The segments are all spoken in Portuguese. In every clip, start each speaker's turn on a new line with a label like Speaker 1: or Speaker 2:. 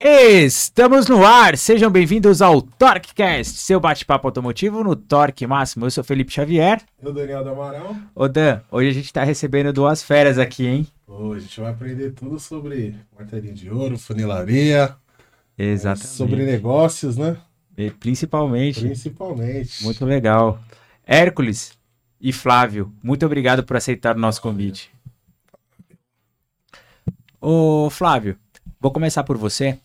Speaker 1: Estamos no ar, sejam bem-vindos ao TorqueCast, seu bate-papo automotivo no Torque Máximo. Eu sou Felipe Xavier.
Speaker 2: Eu, Daniel do Amaral.
Speaker 1: Ô Dan, hoje a gente tá recebendo duas feras aqui, hein?
Speaker 2: Hoje a gente vai aprender tudo sobre martelinho de ouro, funilaria,
Speaker 1: Exatamente.
Speaker 2: sobre negócios, né?
Speaker 1: E Principalmente.
Speaker 2: Principalmente.
Speaker 1: Muito legal. Hércules e Flávio, muito obrigado por aceitar o nosso convite. Ô Flávio, vou começar por você.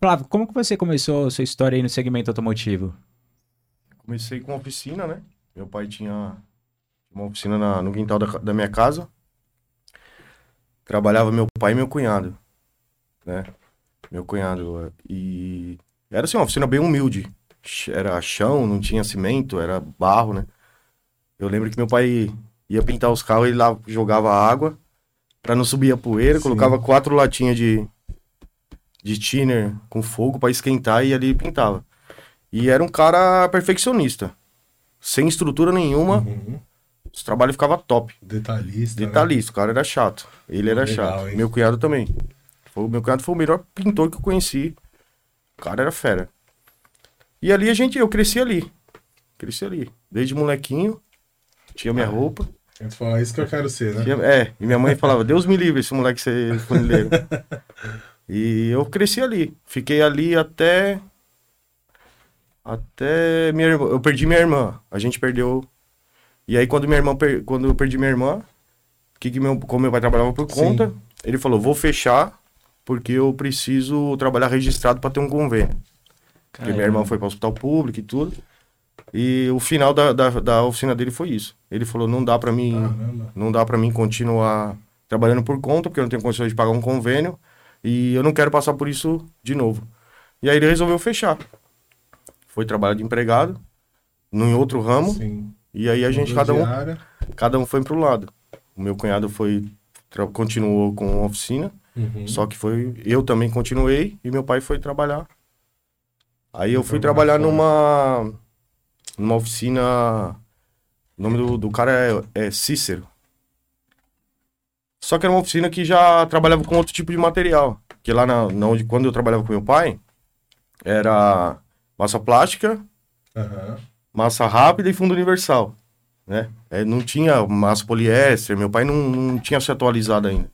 Speaker 1: Flávio, como que você começou a sua história aí no segmento automotivo?
Speaker 3: Comecei com oficina, né? Meu pai tinha uma oficina na- no quintal da, ca- da minha casa. Trabalhava meu pai e meu cunhado, né? Meu cunhado. é, E era assim, uma oficina bem humilde. Ch- Era chão, não tinha cimento, era barro, né? Eu lembro que meu pai ia pintar os carros, ele lá jogava água pra não subir a poeira,
Speaker 2: Sim.
Speaker 3: colocava quatro latinhas de, de thinner com fogo pra esquentar e ali pintava. E era um cara perfeccionista. Sem estrutura nenhuma,
Speaker 2: Uhum.
Speaker 3: os trabalhos ficaava top.
Speaker 2: Detalhista. né?
Speaker 3: Detalhista, o cara era chato. Ele era
Speaker 2: Legal,
Speaker 3: chato.
Speaker 2: hein?
Speaker 3: Meu cunhado também. Foi, meu cunhado foi o melhor pintor que eu conheci. O cara era fera. E ali a gente, eu cresci ali. Cresci ali. Desde molequinho. Tinha
Speaker 2: Ah.
Speaker 3: minha roupa.
Speaker 2: Eu te falar, isso que eu quero ser, né?
Speaker 3: tinha- é, e minha mãe falava, Deus me livre esse moleque ser funileiro. e eu cresci ali. Fiquei ali até. Até minha irmã. Eu perdi minha irmã. A gente perdeu. E aí quando minha irmã per- quando eu perdi minha irmã, que que meu, como meu pai trabalhava por
Speaker 2: Sim.
Speaker 3: conta, ele falou: "Vou fechar porque eu preciso trabalhar registrado para ter um convênio". Porque minha irmã foi para hospital público e tudo. E o final da, da, da oficina dele foi isso. Ele falou: "Não dá para mim,
Speaker 2: Caramba.
Speaker 3: não dá para mim continuar trabalhando por conta, porque eu não tenho condições de pagar um convênio e eu não quero passar por isso de novo". E aí ele resolveu fechar. Foi trabalhar de empregado num outro ramo
Speaker 2: Sim.
Speaker 3: e aí a gente cada um
Speaker 2: Rodoviária.
Speaker 3: cada um foi pro lado. O meu cunhado foi tra- continuou com a oficina,
Speaker 2: Uhum.
Speaker 3: só que foi eu também continuei e meu pai foi trabalhar. Aí eu fui
Speaker 2: Trabalhar
Speaker 3: trabalhar numa numa oficina. O nome do, do cara é, é Cícero. Só que era uma oficina que já trabalhava com outro tipo de material. Que lá na, na onde, quando eu trabalhava com meu pai, era massa plástica,
Speaker 2: Aham.
Speaker 3: massa rápida e fundo universal, né? É, não tinha massa poliéster, meu pai não, não tinha se atualizado ainda.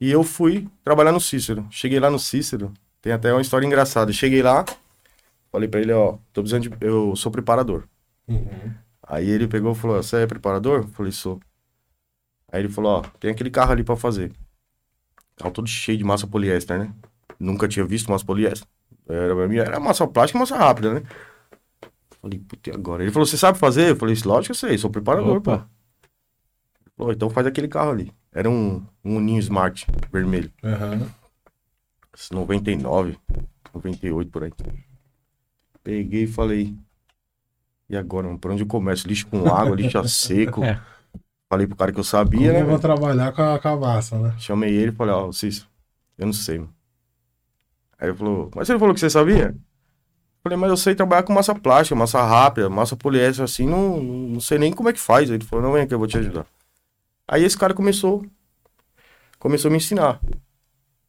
Speaker 3: E eu fui trabalhar no Cícero. Cheguei lá no Cícero, tem até uma história engraçada. Cheguei lá, falei pra ele, ó, tô precisando de... eu sou preparador.
Speaker 2: Uhum.
Speaker 3: Aí ele pegou e falou, você é preparador? Eu falei, sou. Aí ele falou, ó, tem aquele carro ali pra fazer. Carro todo cheio de massa poliéster, né? Nunca tinha visto massa poliéster. Era, pra mim, era massa plástica e massa rápida, né? Falei, puta, e agora? Ele falou, você sabe fazer? Eu falei, lógico que eu sei, sou preparador, pô.
Speaker 1: Opa.
Speaker 3: Ele falou, então faz aquele carro ali. Era um, um Ninho Smart vermelho.
Speaker 2: Aham.
Speaker 3: 99, 98 por aí. Peguei e falei. E agora, mano, por onde eu começo? Lixo com água, lixo a seco.
Speaker 1: É.
Speaker 3: Falei pro cara que eu
Speaker 2: Como
Speaker 3: sabia, né?
Speaker 2: eu vou
Speaker 3: mano?
Speaker 2: trabalhar com a, com a massa, né?
Speaker 3: Chamei ele e falei, ó, Cício, eu não sei, mano. Aí ele falou, mas ele falou que você sabia? Falei, mas eu sei trabalhar com massa plástica, massa rápida, massa poliéster, assim, não, não sei nem como é que faz. Aí ele falou, não, vem aqui, eu vou te ajudar. Aí esse cara começou, começou a me ensinar.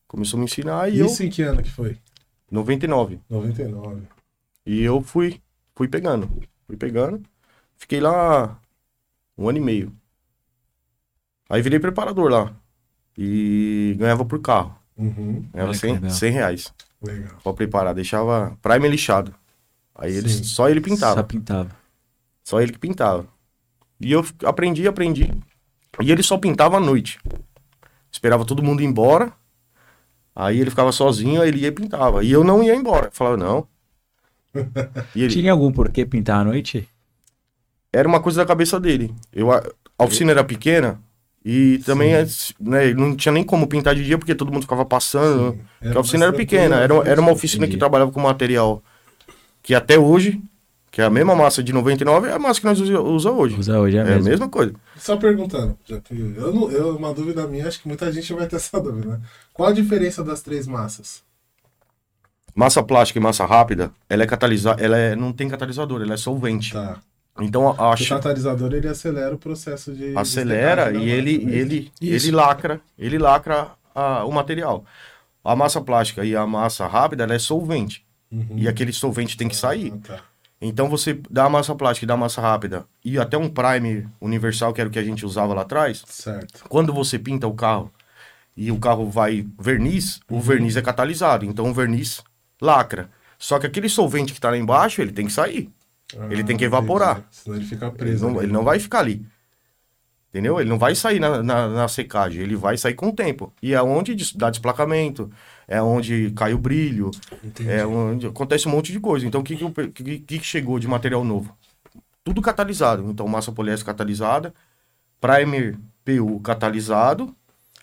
Speaker 3: Começou a me ensinar e
Speaker 2: Isso em que ano que foi?
Speaker 3: eu, 99.
Speaker 2: 99.
Speaker 3: E eu fui, fui pegando, fui pegando. Fiquei lá um ano e meio. Aí virei preparador lá. E ganhava por carro.
Speaker 2: Uhum.
Speaker 3: Ganhava
Speaker 1: Olha que
Speaker 3: 100,
Speaker 1: legal.
Speaker 3: 100 reais
Speaker 2: Legal.
Speaker 3: pra preparar. Deixava primer lixado. Aí ele,
Speaker 2: Sim.
Speaker 3: só ele pintava.
Speaker 1: Só pintava.
Speaker 3: Só ele que pintava. E eu f- aprendi, aprendi. E ele só pintava à noite. Esperava todo mundo ir embora. Aí ele ficava sozinho, aí ele ia e pintava. E eu não ia embora. Falava, não. E ele,
Speaker 1: Tinha algum porquê pintar à noite?
Speaker 3: era uma coisa da cabeça dele. Eu, a, a oficina era pequena e também né, não tinha nem como pintar de dia porque todo mundo ficava passando. né? Porque a oficina era
Speaker 2: mais
Speaker 3: pequena, era,
Speaker 2: tranquilo, né?
Speaker 3: era uma oficina
Speaker 1: Entendi.
Speaker 3: que trabalhava com material que até hoje, que é a mesma massa de 99, é a massa que nós usa, usa hoje.
Speaker 1: Usa hoje, é,
Speaker 3: é
Speaker 1: mesmo.
Speaker 3: a mesma coisa.
Speaker 2: Só perguntando, já tem- eu não, eu, uma dúvida minha, acho que muita gente vai ter essa dúvida. né? Qual a diferença das três massas?
Speaker 3: Massa plástica e massa rápida, ela é catalisada, ela é, não tem catalisador, ela é solvente.
Speaker 2: Tá.
Speaker 3: Então a, a
Speaker 2: O catalisador ele acelera o processo de. de
Speaker 3: acelera
Speaker 2: secagem da
Speaker 3: e ele,
Speaker 2: máquina,
Speaker 3: ele,
Speaker 2: é? Isso.
Speaker 3: ele lacra, ele lacra a- o material. A massa plástica e a massa rápida, ela é solvente.
Speaker 2: Uhum.
Speaker 3: E aquele solvente tem que sair.
Speaker 2: Ah, tá.
Speaker 3: Então você dá a massa plástica e dá a massa rápida e até um prime universal, que era o que a gente usava lá atrás.
Speaker 2: Certo.
Speaker 3: Quando você pinta o carro e o carro vai verniz,
Speaker 2: Uhum.
Speaker 3: o verniz é catalisado. Então o verniz lacra. Só que aquele solvente que tá lá embaixo, ele tem que sair. Ele tem que
Speaker 2: Ah,
Speaker 3: evaporar.
Speaker 2: entendi. Senão ele fica
Speaker 3: Ele
Speaker 2: preso.
Speaker 3: não,
Speaker 2: ali. né?
Speaker 3: ele não vai ficar ali. Entendeu? Ele não vai sair na, na, na secagem, ele vai sair com o tempo. E é onde des- dá desplacamento, é onde cai o brilho,
Speaker 2: Entendi.
Speaker 3: é onde acontece um monte de coisa. Então, o que, que, o pe- que, que que chegou de material novo? Tudo catalisado. Então, massa poliéster catalisada, primer PU catalisado,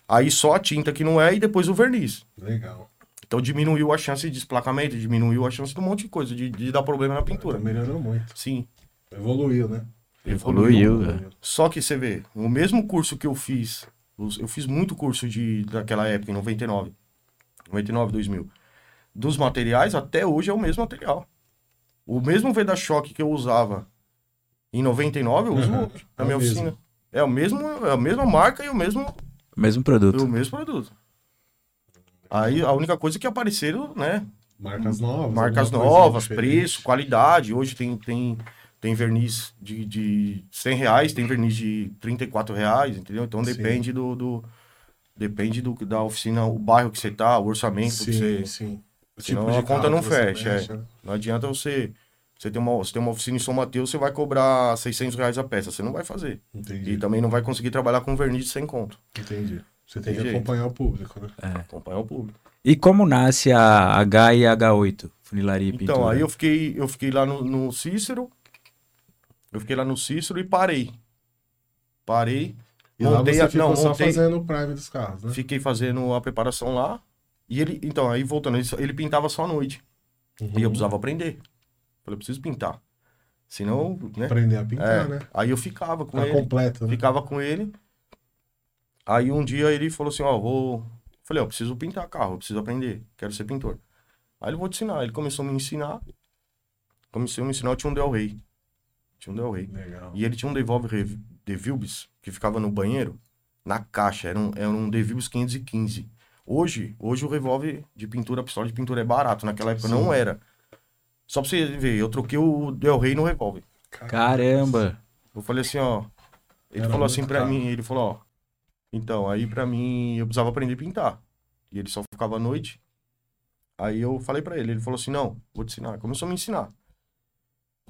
Speaker 3: aí só a tinta que não é e depois o verniz.
Speaker 2: Legal.
Speaker 3: Então, diminuiu a chance de desplacamento, diminuiu a chance de um monte de coisa, de, de dar problema na
Speaker 2: Então,
Speaker 3: pintura.
Speaker 2: melhorou muito.
Speaker 3: Sim.
Speaker 2: Evoluiu, né?
Speaker 4: Evoluiu, velho.
Speaker 3: Só que você vê, o mesmo curso que eu fiz, os- eu fiz muito curso de daquela época, em 99, 99, 2000. Dos materiais, até hoje é o mesmo material. O mesmo veda-choque que eu usava em 99, eu uso
Speaker 2: Uhum,
Speaker 3: hoje, na
Speaker 2: é o
Speaker 3: minha
Speaker 2: mesmo.
Speaker 3: oficina. É, o mesmo, é a mesma marca e o mesmo,
Speaker 1: Mesmo
Speaker 3: e o
Speaker 1: produto.
Speaker 3: mesmo produto. Aí a única coisa é que apareceram, né?
Speaker 2: Marcas novas.
Speaker 3: Marcas
Speaker 2: alguma coisa
Speaker 3: novas,
Speaker 2: diferente.
Speaker 3: preço, qualidade. Hoje tem, tem, tem verniz de, de 100 reais, tem verniz de 34 reais, entendeu? Então
Speaker 2: Sim.
Speaker 3: depende do, do- depende do da oficina, o bairro que você tá, o orçamento que
Speaker 2: Sim,
Speaker 3: você.
Speaker 2: sim. O tipo
Speaker 3: senão a conta
Speaker 2: carro
Speaker 3: não
Speaker 2: que você
Speaker 3: fecha, é.
Speaker 2: né?
Speaker 3: Não adianta você você tem uma você tem uma oficina em São Mateus, você vai cobrar 600 reais a peça, você não vai fazer. E
Speaker 2: Entendi.
Speaker 3: também não vai conseguir trabalhar com verniz de 100 conto.
Speaker 2: Entendi. Você
Speaker 3: Tem
Speaker 2: tem que
Speaker 3: jeito.
Speaker 2: acompanhar o público, né?
Speaker 3: Acompanhar o público.
Speaker 1: E como nasce a H e a H8? Funilaria e pintura.
Speaker 3: Então, aí eu fiquei, eu fiquei lá no, no Cícero. Eu fiquei lá no Cícero e parei. Parei.
Speaker 2: E lá
Speaker 3: Montei
Speaker 2: você
Speaker 3: a-
Speaker 2: ficou
Speaker 3: não,
Speaker 2: só
Speaker 3: montei.
Speaker 2: fazendo o prime dos carros, né?
Speaker 3: Fiquei fazendo a preparação lá. E ele, então, aí voltando, ele, só- ele pintava só à noite.
Speaker 2: Uhum.
Speaker 3: E eu precisava aprender. Falei, eu preciso pintar. Senão, né?
Speaker 2: Aprender a pintar,
Speaker 3: É.
Speaker 2: né?
Speaker 3: Aí eu ficava com
Speaker 2: Tá
Speaker 3: ele.
Speaker 2: completo, né?
Speaker 3: Ficava com ele. Aí um dia ele falou assim, ó, vou... Falei, ó, preciso pintar carro, eu preciso aprender, quero ser pintor. Aí ele vou te ensinar. Ele começou a me ensinar. Começou a me ensinar, eu tinha um Del Rey. Tinha um Del Rey.
Speaker 2: Legal.
Speaker 3: E ele tinha um Devolve Rev- Devilbes, que ficava no banheiro, na caixa. Era um, era um Devilbes 515. Hoje, hoje o revólver de pintura, a pistola de pintura é barato. Naquela época
Speaker 2: Sim.
Speaker 3: não era. Só pra você ver, eu troquei o Del Rey no revólver.
Speaker 1: Caramba.
Speaker 3: Eu falei assim, ó. Ele
Speaker 2: Era
Speaker 3: falou
Speaker 2: muito
Speaker 3: assim pra
Speaker 2: caro.
Speaker 3: mim, ele falou, ó. Então, aí pra mim eu precisava aprender a pintar. E ele só ficava à noite. Aí eu falei pra ele, ele falou assim, não, vou te ensinar. Começou a me ensinar.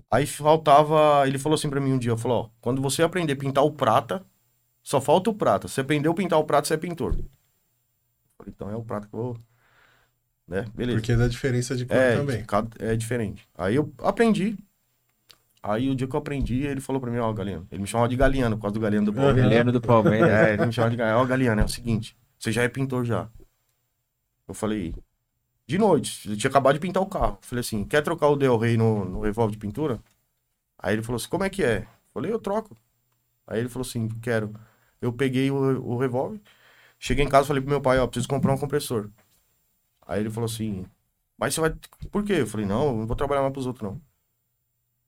Speaker 3: Aí faltava, ele falou assim pra mim um dia, falou, ó, quando você aprender a pintar o prata, só falta o prata. Se aprendeu a pintar o prata, você é pintor. Eu falei, então é o prata que eu vou, né? Beleza.
Speaker 2: Porque da diferença de cor
Speaker 3: É,
Speaker 2: também.
Speaker 3: cada- é diferente. Aí eu aprendi. Aí o dia que eu aprendi, ele falou pra mim, ó, Galiano. Ele me chamava de Galiano, por causa do Galiano do Palmeiras.
Speaker 1: Heleno do Palmeiras.
Speaker 3: É, ele me chamava de Galiano. Ó, Galiano, é o seguinte, você já é pintor já. Eu falei, de noite, eu tinha acabado de pintar o carro. Eu falei assim, quer trocar o Del Rey no, no revólver de pintura? Aí ele falou assim, como é que é? Eu falei, eu troco. Aí ele falou assim, quero. Eu peguei o, o revólver, cheguei em casa, falei pro meu pai, ó, preciso comprar um compressor. Aí ele falou assim, mas você vai. Por quê? Eu falei, não, eu não vou trabalhar mais pros outros, não.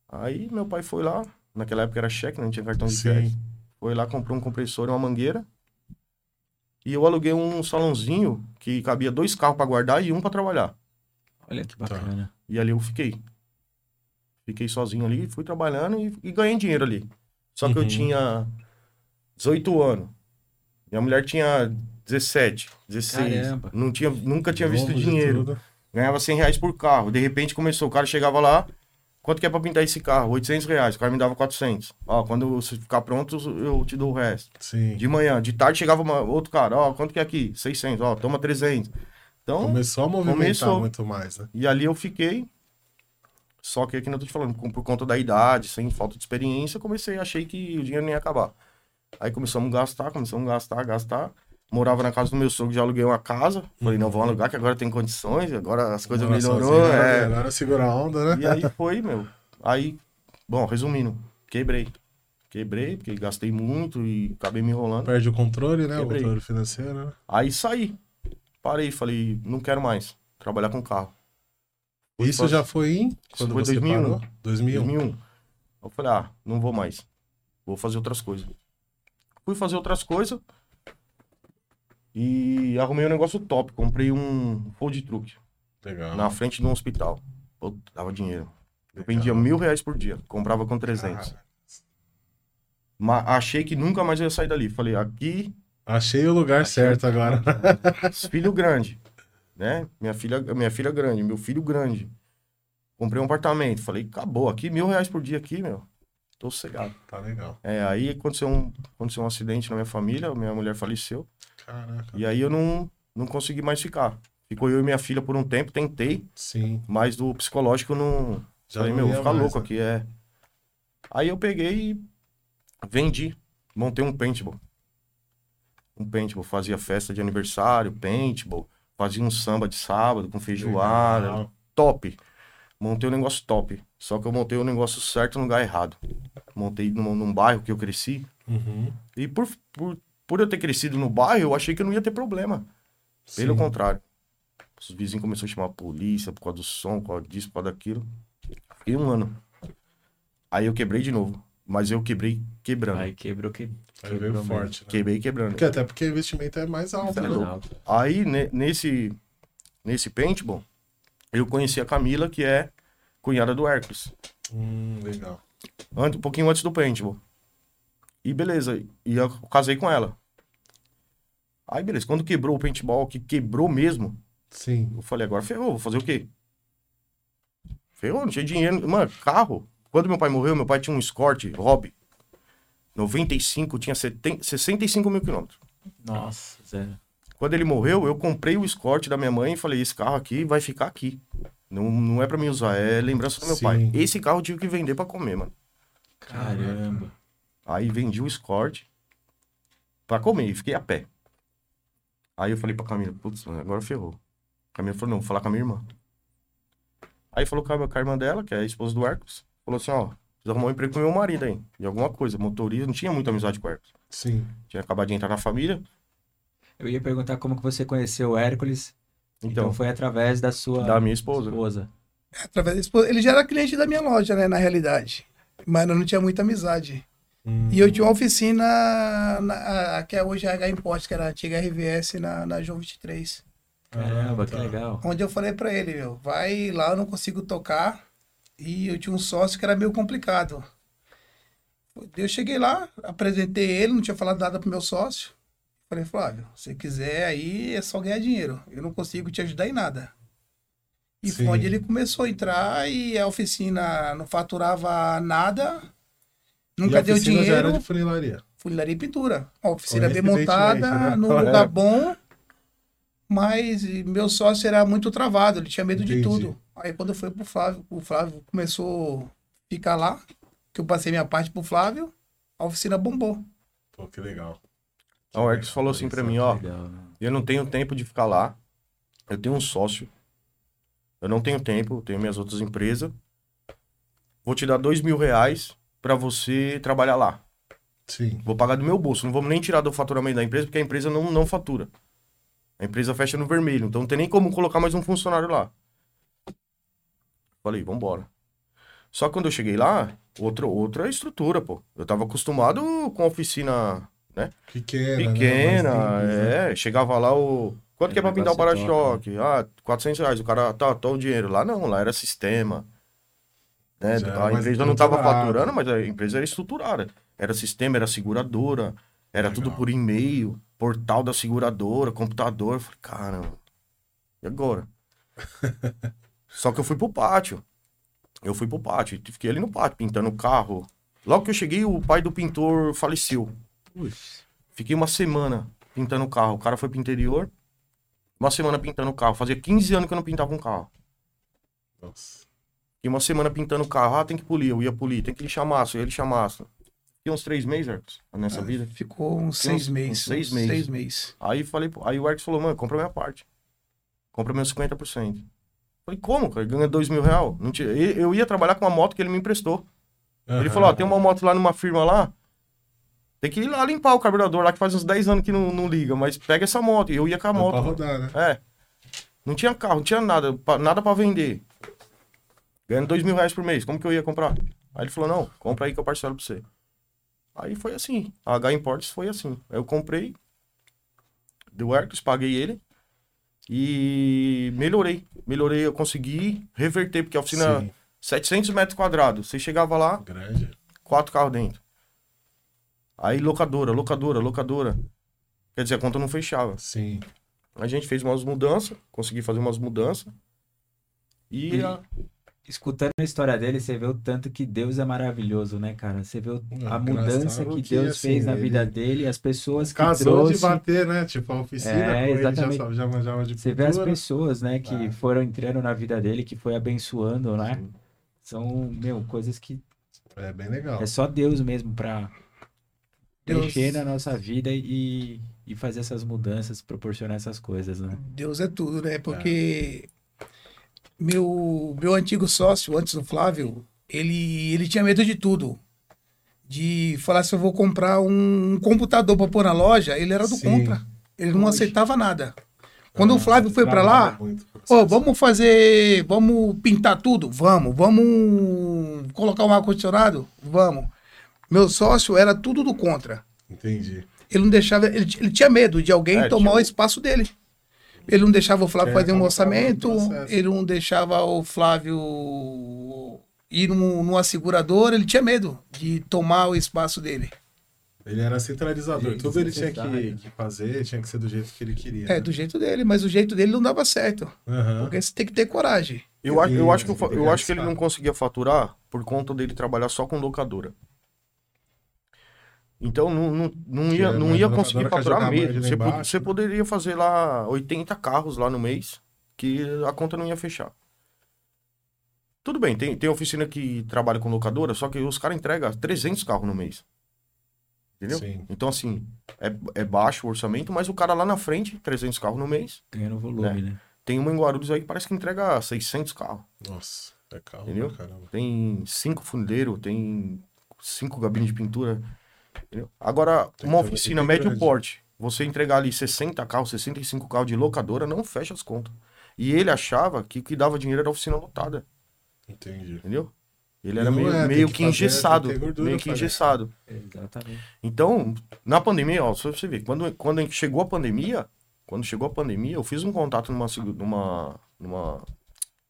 Speaker 3: Aí meu pai foi lá, naquela época era cheque, né? não tinha cartão de
Speaker 2: Sim.
Speaker 3: crédito. Foi lá, comprou um compressor e uma mangueira. E eu aluguei um salãozinho que cabia dois carros pra guardar e um pra trabalhar.
Speaker 1: Olha
Speaker 2: Tá.
Speaker 1: que bacana.
Speaker 3: E ali eu fiquei. Fiquei sozinho ali, fui trabalhando e, e ganhei dinheiro ali. Só que eu
Speaker 2: Uhum.
Speaker 3: tinha 18 anos. Minha mulher tinha 17, 16.
Speaker 1: Caramba.
Speaker 3: Não tinha, nunca tinha visto
Speaker 2: Novo de
Speaker 3: dinheiro.
Speaker 2: tudo.
Speaker 3: Ganhava 100 reais por carro. De repente começou, o cara chegava lá, quanto que é pra pintar esse carro? 800 reais. O cara me dava 400. Ó, quando você ficar pronto, eu te dou o resto.
Speaker 2: Sim.
Speaker 3: De manhã, de tarde chegava uma- outro cara, ó, quanto que é aqui? 600, ó, toma 300. Então,
Speaker 2: Começou a movimentar
Speaker 3: Começou.
Speaker 2: muito mais, né?
Speaker 3: e ali eu fiquei. Só que aqui não tô te falando, com- por conta da idade, sem falta de experiência, eu comecei, achei que o dinheiro não ia acabar. Aí começamos a gastar, começamos a gastar, gastar. Morava na casa do meu sogro, já aluguei uma casa. Falei, não, vou alugar, que agora tem condições, agora as coisas
Speaker 2: Agora
Speaker 3: melhorou.
Speaker 2: sozinho,
Speaker 3: é.
Speaker 2: né? Agora segura a onda, né?
Speaker 3: E aí foi, meu. Aí, bom, resumindo, quebrei. Quebrei, porque gastei muito e acabei me enrolando.
Speaker 2: Perde o controle, né? O
Speaker 3: Quebrei.
Speaker 2: controle financeiro, né?
Speaker 3: Aí saí. Parei, falei, não quero mais trabalhar com carro.
Speaker 2: Isso
Speaker 3: faz-
Speaker 2: já foi em... Quando
Speaker 3: foi
Speaker 2: você
Speaker 3: 2001.
Speaker 2: parou? 2001.
Speaker 3: 2001. Eu falei, ah, não vou mais. Vou fazer outras coisas. Fui fazer outras coisas. E arrumei um negócio top. Comprei um food truck
Speaker 2: Legal.
Speaker 3: na frente de um hospital. Pô, dava dinheiro. Eu
Speaker 2: Ah. Legal.
Speaker 3: vendia mil reais por dia. Comprava com 300.
Speaker 2: Ah,
Speaker 3: Ma- achei que nunca mais eu ia sair dali. Falei, aqui,
Speaker 2: Ah, achei o lugar certo agora.
Speaker 3: filho grande. Né? Minha filha, minha filha grande, meu filho grande. Comprei um apartamento. Falei, acabou. Aqui, mil reais por dia aqui, meu. Tô sossegado.
Speaker 2: Tá legal.
Speaker 3: É, aí aconteceu um, aconteceu um acidente na minha família, minha mulher faleceu,
Speaker 2: Caraca.
Speaker 3: e aí eu não, não consegui mais ficar. Ficou eu e minha filha por um tempo, tentei,
Speaker 2: Sim.
Speaker 3: mas do psicológico eu não. falei,
Speaker 2: não
Speaker 3: meu, vou
Speaker 2: ia
Speaker 3: ficar
Speaker 2: mais,
Speaker 3: louco
Speaker 2: né?
Speaker 3: aqui, é. Aí eu peguei e vendi, montei um paintball. Um paintball, fazia festa de aniversário, paintball, fazia um samba de sábado com feijoada,
Speaker 2: né?" Legal.
Speaker 3: top. Montei um negócio top. Só que eu montei o negócio certo no lugar errado. Montei num, num bairro que eu cresci,
Speaker 2: Uhum.
Speaker 3: e por, por, por eu ter crescido no bairro, eu achei que eu não ia ter problema. Pelo
Speaker 2: Sim.
Speaker 3: contrário. Os vizinhos começaram a chamar a polícia por causa do som, por causa disso, por causa daquilo. Fiquei um ano. Aí eu quebrei de novo. Mas eu quebrei quebrando.
Speaker 1: Aí quebrou que.
Speaker 2: Aí veio
Speaker 1: quebrou Tá
Speaker 2: forte, né?
Speaker 3: Quebrei quebrando.
Speaker 2: Porque, até porque o investimento é mais
Speaker 3: Tá
Speaker 2: alto, né?
Speaker 1: mesmo. Ronaldo.
Speaker 3: Aí, ne- nesse, nesse paintball, eu conheci a Camila, que é cunhada do Hércules.
Speaker 2: Hum, legal.
Speaker 3: Antes, um pouquinho antes do paintball. E beleza, e eu casei com ela. Aí beleza, quando quebrou o paintball, que quebrou mesmo,
Speaker 2: Sim.
Speaker 3: eu falei, agora ferrou, vou fazer o quê? Ferrou, não tinha dinheiro. Mano, carro. Quando meu pai morreu, meu pai tinha um Escort, Hobby. 95, tinha 70, 65 mil quilômetros.
Speaker 1: Nossa, Zé.
Speaker 3: Quando ele morreu, eu comprei o Escort da minha mãe e falei, esse carro aqui vai ficar aqui. Não, não é pra mim usar, é lembrança do meu
Speaker 2: Sim.
Speaker 3: pai. Esse carro eu tive que vender pra comer, mano.
Speaker 1: Caramba.
Speaker 3: Aí vendi o Escort pra comer e fiquei a pé. Aí eu falei pra Camila, putz, mano, agora ferrou. A Camila falou, não, vou falar com a minha irmã. Aí falou com a, com a irmã dela, que é a esposa do Hercules. Falou assim, ó, precisa arrumar um emprego com meu marido aí. De alguma coisa, motorista, não tinha muita amizade com o Hercules.
Speaker 2: Sim.
Speaker 3: Tinha acabado de entrar na família.
Speaker 1: Eu ia perguntar como que você conheceu o Hércules. Então,
Speaker 3: Então,
Speaker 1: foi através da sua
Speaker 3: da minha esposa.
Speaker 1: esposa.
Speaker 4: Através da esposa. Ele já era cliente da minha loja, né? Na realidade. Mas eu não tinha muita amizade.
Speaker 2: Hum.
Speaker 4: E eu tinha uma oficina, na- a- que é hoje a H Import, que era a antiga RVS, na, na João 23.
Speaker 1: Caramba,
Speaker 2: Ah,
Speaker 1: que
Speaker 2: tá.
Speaker 1: legal.
Speaker 4: Onde eu falei pra ele, meu, vai lá, eu não consigo tocar. E eu tinha um sócio que era meio complicado. Eu cheguei lá, apresentei ele, não tinha falado nada pro meu sócio. Falei, Flávio, se quiser aí é só ganhar dinheiro. Eu não consigo te ajudar em nada. E
Speaker 2: Sim.
Speaker 4: foi onde ele começou a entrar e a oficina não faturava nada.
Speaker 2: E
Speaker 4: Nunca
Speaker 2: a
Speaker 4: deu
Speaker 2: oficina já
Speaker 4: dinheiro.
Speaker 2: era de funilaria.
Speaker 4: Funilaria e pintura. Uma oficina bem
Speaker 2: Coincidentemente,
Speaker 4: montada,
Speaker 2: né?
Speaker 4: num
Speaker 2: É.
Speaker 4: lugar bom, mas meu sócio era muito travado, ele tinha medo
Speaker 2: Entendi.
Speaker 4: de tudo. Aí quando eu fui pro Flávio, o Flávio começou a ficar lá, que eu passei minha parte pro Flávio, a oficina bombou.
Speaker 2: Pô, que legal.
Speaker 3: Aí o Hercules falou assim pra mim, ó,
Speaker 1: Legal, né?
Speaker 3: eu não tenho tempo de ficar lá. Eu tenho um sócio. Eu não tenho tempo, eu tenho minhas outras empresas. Vou te dar dois mil reais pra você trabalhar lá.
Speaker 2: Sim.
Speaker 3: Vou pagar do meu bolso. Não vamos nem tirar do faturamento da empresa, porque a empresa não, não fatura. A empresa fecha no vermelho. Então não tem nem como colocar mais um funcionário lá. Falei, vambora. Só que quando eu cheguei lá, outro, outra estrutura, pô. Eu tava acostumado com a oficina
Speaker 2: Pequena. né?
Speaker 3: pequena,
Speaker 2: Mais simples, né?
Speaker 3: é. Chegava lá o. Quanto
Speaker 1: É,
Speaker 3: que é pra pintar o
Speaker 1: negócio
Speaker 3: para-choque? Ah, 400 reais. O cara, tá, tá o dinheiro. Lá não, lá era sistema. Né?
Speaker 2: Já é, era
Speaker 3: A
Speaker 2: mais
Speaker 3: empresa não tava
Speaker 2: estruturado.
Speaker 3: faturando, mas a empresa era estruturada. Era sistema, era seguradora, era
Speaker 2: Legal.
Speaker 3: tudo por e-mail, portal da seguradora, computador. Eu Falei, caramba, e agora? Só que eu fui pro pátio. Eu fui pro pátio. Fiquei ali no pátio, pintando o carro. Logo que eu cheguei, o pai do pintor faleceu.
Speaker 1: Puxa.
Speaker 3: Fiquei uma semana pintando o carro. O cara foi pro interior. Uma semana pintando o carro. Fazia 15 anos que eu não pintava um carro.
Speaker 2: Nossa.
Speaker 3: Fiquei uma semana pintando o carro. Ah, tem que polir. Eu ia polir. Tem que lixar massa. Eu ia lixar massa. Fiquei uns três meses, Arcos, nessa vida.
Speaker 4: Ficou uns seis
Speaker 3: uns
Speaker 4: meses.
Speaker 3: seis
Speaker 4: uns
Speaker 3: meses.
Speaker 4: Seis meses.
Speaker 3: Aí falei, pro- aí o Arcos falou, mano, compra a minha parte. Compra meus 50%. Falei, como, cara? Ganha dois mil reais? Não tinha- e- Eu ia trabalhar com uma moto que ele me emprestou. Ele
Speaker 2: Aham.
Speaker 3: falou, ó, tem uma moto lá numa firma lá. Tem que ir lá limpar o carburador lá, que faz uns 10 anos que não, não liga. Mas pega essa moto. E eu ia com a
Speaker 2: Dá
Speaker 3: moto.
Speaker 2: Pra rodar, né?
Speaker 3: É. Não tinha carro, não tinha nada, pa- nada pra vender. Ganhando dois mil reais por mês, como que eu ia comprar? Aí ele falou, não, compra aí que eu parcelo pra você. Aí foi assim, a H Imports foi assim. Aí eu comprei, do Arcos, paguei ele. E melhorei. Melhorei, eu consegui reverter, porque a oficina
Speaker 2: Sim,
Speaker 3: 700 metros quadrados. Você chegava lá,
Speaker 2: grande.
Speaker 3: quatro carros dentro. Aí locadora, locadora, locadora. Quer dizer, a conta não fechava.
Speaker 2: Sim.
Speaker 3: A gente fez umas mudanças, consegui fazer umas mudanças. E
Speaker 1: E- Escutando a história dele, você vê o tanto que Deus é maravilhoso, né, cara? Você vê o- a
Speaker 2: Engraçado
Speaker 1: mudança que
Speaker 2: que,
Speaker 1: Deus
Speaker 2: assim,
Speaker 1: fez na
Speaker 2: ele
Speaker 1: vida dele, as pessoas que
Speaker 2: Casou
Speaker 1: trouxe.
Speaker 2: de bater, né? Tipo, a oficina,
Speaker 1: É,
Speaker 2: com ele já,
Speaker 1: exatamente.
Speaker 2: sabe- já manjava de
Speaker 1: Você vê as
Speaker 2: pintura.
Speaker 1: pessoas, né, que
Speaker 2: Ah.
Speaker 1: foram entrando na vida dele, que foi abençoando, né?
Speaker 3: É. Sim.
Speaker 1: São, meu, coisas que
Speaker 2: É bem legal.
Speaker 3: Então.
Speaker 1: é só Deus mesmo pra
Speaker 4: Deus-
Speaker 1: mexer na nossa vida e, e fazer essas mudanças, proporcionar essas coisas, né?
Speaker 4: Deus é tudo, né? Porque meu meu antigo sócio, antes do Flávio, ele ele tinha medo de tudo. De falar se eu vou comprar um, computador para pôr na loja, ele era do
Speaker 2: Sim. Ah,
Speaker 4: contra. Ele não aceitava nada. Quando o Flávio foi para
Speaker 2: Trabalha
Speaker 4: lá,
Speaker 2: muito.
Speaker 4: Ô, vamos fazer. Vamos pintar tudo? Vamos. Vamos colocar um ar-condicionado? Vamos. Meu sócio era tudo do contra.
Speaker 2: Entendi.
Speaker 4: Ele não deixava. Ele, ele tinha medo de alguém
Speaker 3: É,
Speaker 4: tomar
Speaker 3: tipo-
Speaker 4: o espaço dele. Ele não deixava o Flávio
Speaker 2: Quer
Speaker 4: fazer um
Speaker 2: acabar com o
Speaker 4: orçamento.
Speaker 2: processo.
Speaker 4: Ele não deixava o Flávio ir num, numa seguradora. Ele tinha medo de tomar o espaço dele.
Speaker 2: Ele era centralizador.
Speaker 1: Sim,
Speaker 2: Tudo ele tinha que,
Speaker 1: necessário.
Speaker 2: que fazer, tinha que ser do jeito que ele queria. né?
Speaker 4: É, do jeito dele, mas o jeito dele não dava certo.
Speaker 2: Aham.
Speaker 4: Porque você tem que ter coragem.
Speaker 3: eu, acho, eu, acho que, eu, fa-
Speaker 2: Ele
Speaker 3: eu acho que ele
Speaker 2: arriscava.
Speaker 3: não conseguia faturar por conta dele trabalhar só com locadora. Então não, não, não ia,
Speaker 2: Tirando
Speaker 3: não
Speaker 2: a
Speaker 3: ia
Speaker 2: locadora
Speaker 3: conseguir
Speaker 2: que
Speaker 3: faturar
Speaker 2: jogava
Speaker 3: mesmo.
Speaker 2: mais lá
Speaker 3: Você, pod-
Speaker 2: embaixo,
Speaker 3: você
Speaker 2: né?
Speaker 3: poderia fazer lá 80 carros lá no mês, que a conta não ia fechar. Tudo bem, tem, tem oficina que trabalha com locadora, só que os caras entregam 300 carros no mês. Entendeu?
Speaker 2: Sim.
Speaker 3: Então, assim, é, é baixo o orçamento, mas o cara lá na frente, 300 carros no mês,
Speaker 1: Ganhando
Speaker 3: É.
Speaker 1: volume, né?
Speaker 3: tem uma em Guarulhos aí que parece que entrega 600 carros.
Speaker 2: Nossa, é calmo,
Speaker 3: Entendeu?
Speaker 2: pra caramba.
Speaker 3: Tem cinco fundeiros, tem cinco gabines de pintura. entendeu? Agora,
Speaker 2: Tem
Speaker 3: uma
Speaker 2: que ter uma
Speaker 3: oficina
Speaker 2: equipe
Speaker 3: médio
Speaker 2: grande.
Speaker 3: porte, você entregar ali 60 carros, 65 carros de locadora, não fecha as contas. E ele achava que o que dava dinheiro era a oficina lotada,
Speaker 2: Entendi.
Speaker 3: entendeu? Ele
Speaker 2: E
Speaker 3: era
Speaker 2: não
Speaker 3: meio,
Speaker 2: é, tem
Speaker 3: meio
Speaker 2: que
Speaker 3: que,
Speaker 2: fazer, tem que
Speaker 3: engessado.
Speaker 2: ter gordura
Speaker 3: Meio que
Speaker 2: pra ganhar.
Speaker 3: engessado.
Speaker 1: Exatamente.
Speaker 3: Então, na pandemia, ó, só pra você ver, quando, quando a gente chegou a pandemia, quando chegou a pandemia, eu fiz um contato numa, segu- numa, numa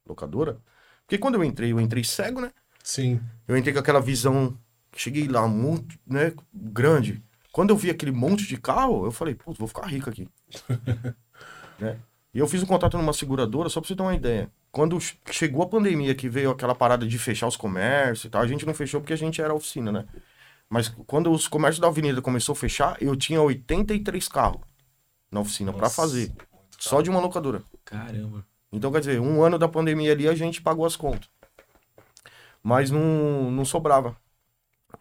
Speaker 3: locadora. Porque quando eu entrei, eu entrei cego, né?
Speaker 2: Sim.
Speaker 3: Eu entrei com aquela visão, cheguei lá, muito, né, grande. Quando eu vi aquele monte de carro, eu falei, putz, vou ficar rico aqui. né? E eu fiz um contato numa seguradora, só pra você ter uma ideia. Quando ch- chegou a pandemia, que veio aquela parada de fechar os comércios e tal, a gente não fechou porque a gente era oficina, né? Mas quando os comércios da avenida começou a fechar, eu tinha 83 carros na oficina pra
Speaker 2: Nossa, tá.
Speaker 3: fazer.
Speaker 2: muito caro.
Speaker 3: Só de uma locadora.
Speaker 1: Caramba.
Speaker 3: Então, quer dizer, um ano da pandemia ali a gente pagou as contas. Mas não, não sobrava.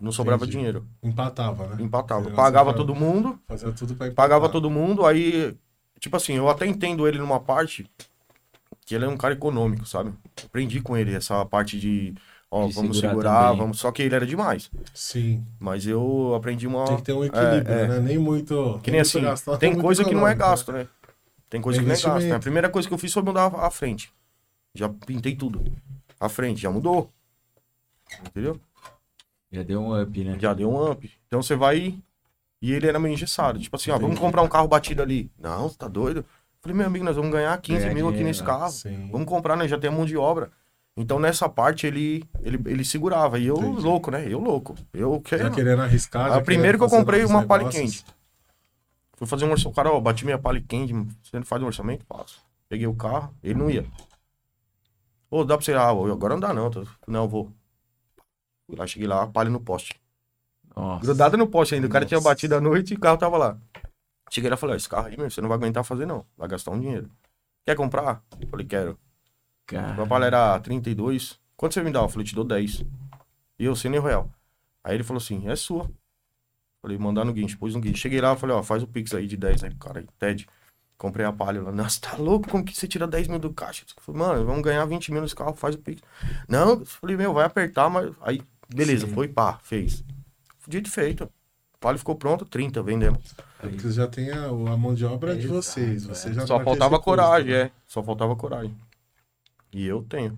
Speaker 3: Não sobrava
Speaker 2: Entendi.
Speaker 3: dinheiro.
Speaker 2: Empatava, né?
Speaker 3: Empatava.
Speaker 2: Nossa,
Speaker 3: Pagava
Speaker 2: cara.
Speaker 3: todo mundo,
Speaker 2: Fazia tudo pra empatar.
Speaker 3: pagava todo mundo, aí. Tipo assim, eu até entendo ele numa parte que ele é um cara econômico, sabe? Aprendi com ele essa parte de. Ó,
Speaker 1: De
Speaker 3: vamos
Speaker 1: segurar
Speaker 3: segurar,
Speaker 1: também.
Speaker 3: vamos. Só que ele era demais.
Speaker 2: Sim.
Speaker 3: Mas eu aprendi uma.
Speaker 2: Tem que ter um equilíbrio,
Speaker 3: é.
Speaker 2: né? Nem muito.
Speaker 3: Que nem
Speaker 2: muito
Speaker 3: assim,
Speaker 2: gastado,
Speaker 3: tem
Speaker 2: muito
Speaker 3: coisa que não é
Speaker 2: econômico, né?
Speaker 3: gasto, né? Tem coisa
Speaker 2: É
Speaker 3: que não é gasto. Né? A
Speaker 2: investimento.
Speaker 3: primeira coisa que eu fiz foi mudar a a frente. Já pintei tudo. A frente já mudou. Entendeu?
Speaker 1: Já deu um up, né?
Speaker 3: Já deu um amp. Então você vai. E ele era meio engessado. Tipo assim, ó, vamos comprar um carro batido ali. Não, você tá doido? Falei, meu amigo, nós vamos ganhar 15
Speaker 1: Ganhar
Speaker 3: mil aqui
Speaker 1: dinheiro,
Speaker 3: nesse
Speaker 1: né?
Speaker 3: carro.
Speaker 2: Sim.
Speaker 3: Ah, Vamos comprar, né? Já tem a mão de obra. Então nessa parte ele, ele, ele segurava. E eu
Speaker 2: Entendi.
Speaker 3: louco, né? Eu louco. Eu
Speaker 2: Já
Speaker 3: quero.
Speaker 2: Tá querendo arriscar.
Speaker 3: Ah,
Speaker 2: já
Speaker 3: primeiro
Speaker 2: querendo
Speaker 3: que eu
Speaker 2: fazer
Speaker 3: comprei
Speaker 2: novos
Speaker 3: uma Pali
Speaker 2: negócios.
Speaker 3: Fui fazer um orçamento. Cara, ó, bati minha palha quente. Você não faz um orçamento? Faço. Peguei o carro, ele não ia. Ô, dá pra você ir lá? Ô, agora não dá não. tô- Não, vou. Fui lá, cheguei lá, palha no poste. um
Speaker 1: Nossa.
Speaker 3: Grudada no poste ainda. O cara tinha
Speaker 2: Nossa.
Speaker 3: batido à noite e o carro tava lá. Cheguei lá e falei, ó, esse carro aí, meu, você não vai aguentar fazer não. Vai gastar um dinheiro. Quer comprar? Falei, quero. Meu
Speaker 1: Cara.
Speaker 3: palha era 32. Quanto você me dá? Eu falei, te dou 10. E eu, sem nem real. Aí ele falou assim, é sua. Falei, mandar no guincho, pôs no guincho. Cheguei lá, falei, ó, faz o pix aí de 10. Aí, o cara, aí, Ted, comprei a palha. Lá, Nossa, tá louco? Como que você tira 10 mil do caixa? Eu falei, mano, vamos ganhar 20 mil nesse carro, faz o pix. Não, eu falei, meu, vai apertar, mas... Aí, beleza,
Speaker 2: Sim.
Speaker 3: foi, pá, fez. Dito e feito. O palha ficou pronto, 30, vendemos.
Speaker 2: É porque já tem a, a mão de obra de
Speaker 1: Exato,
Speaker 2: vocês.
Speaker 4: é.
Speaker 2: Você já
Speaker 3: Só
Speaker 2: tá
Speaker 3: faltava
Speaker 2: com esse
Speaker 3: coragem,
Speaker 2: custo, né?
Speaker 3: é. Só faltava coragem. E eu tenho.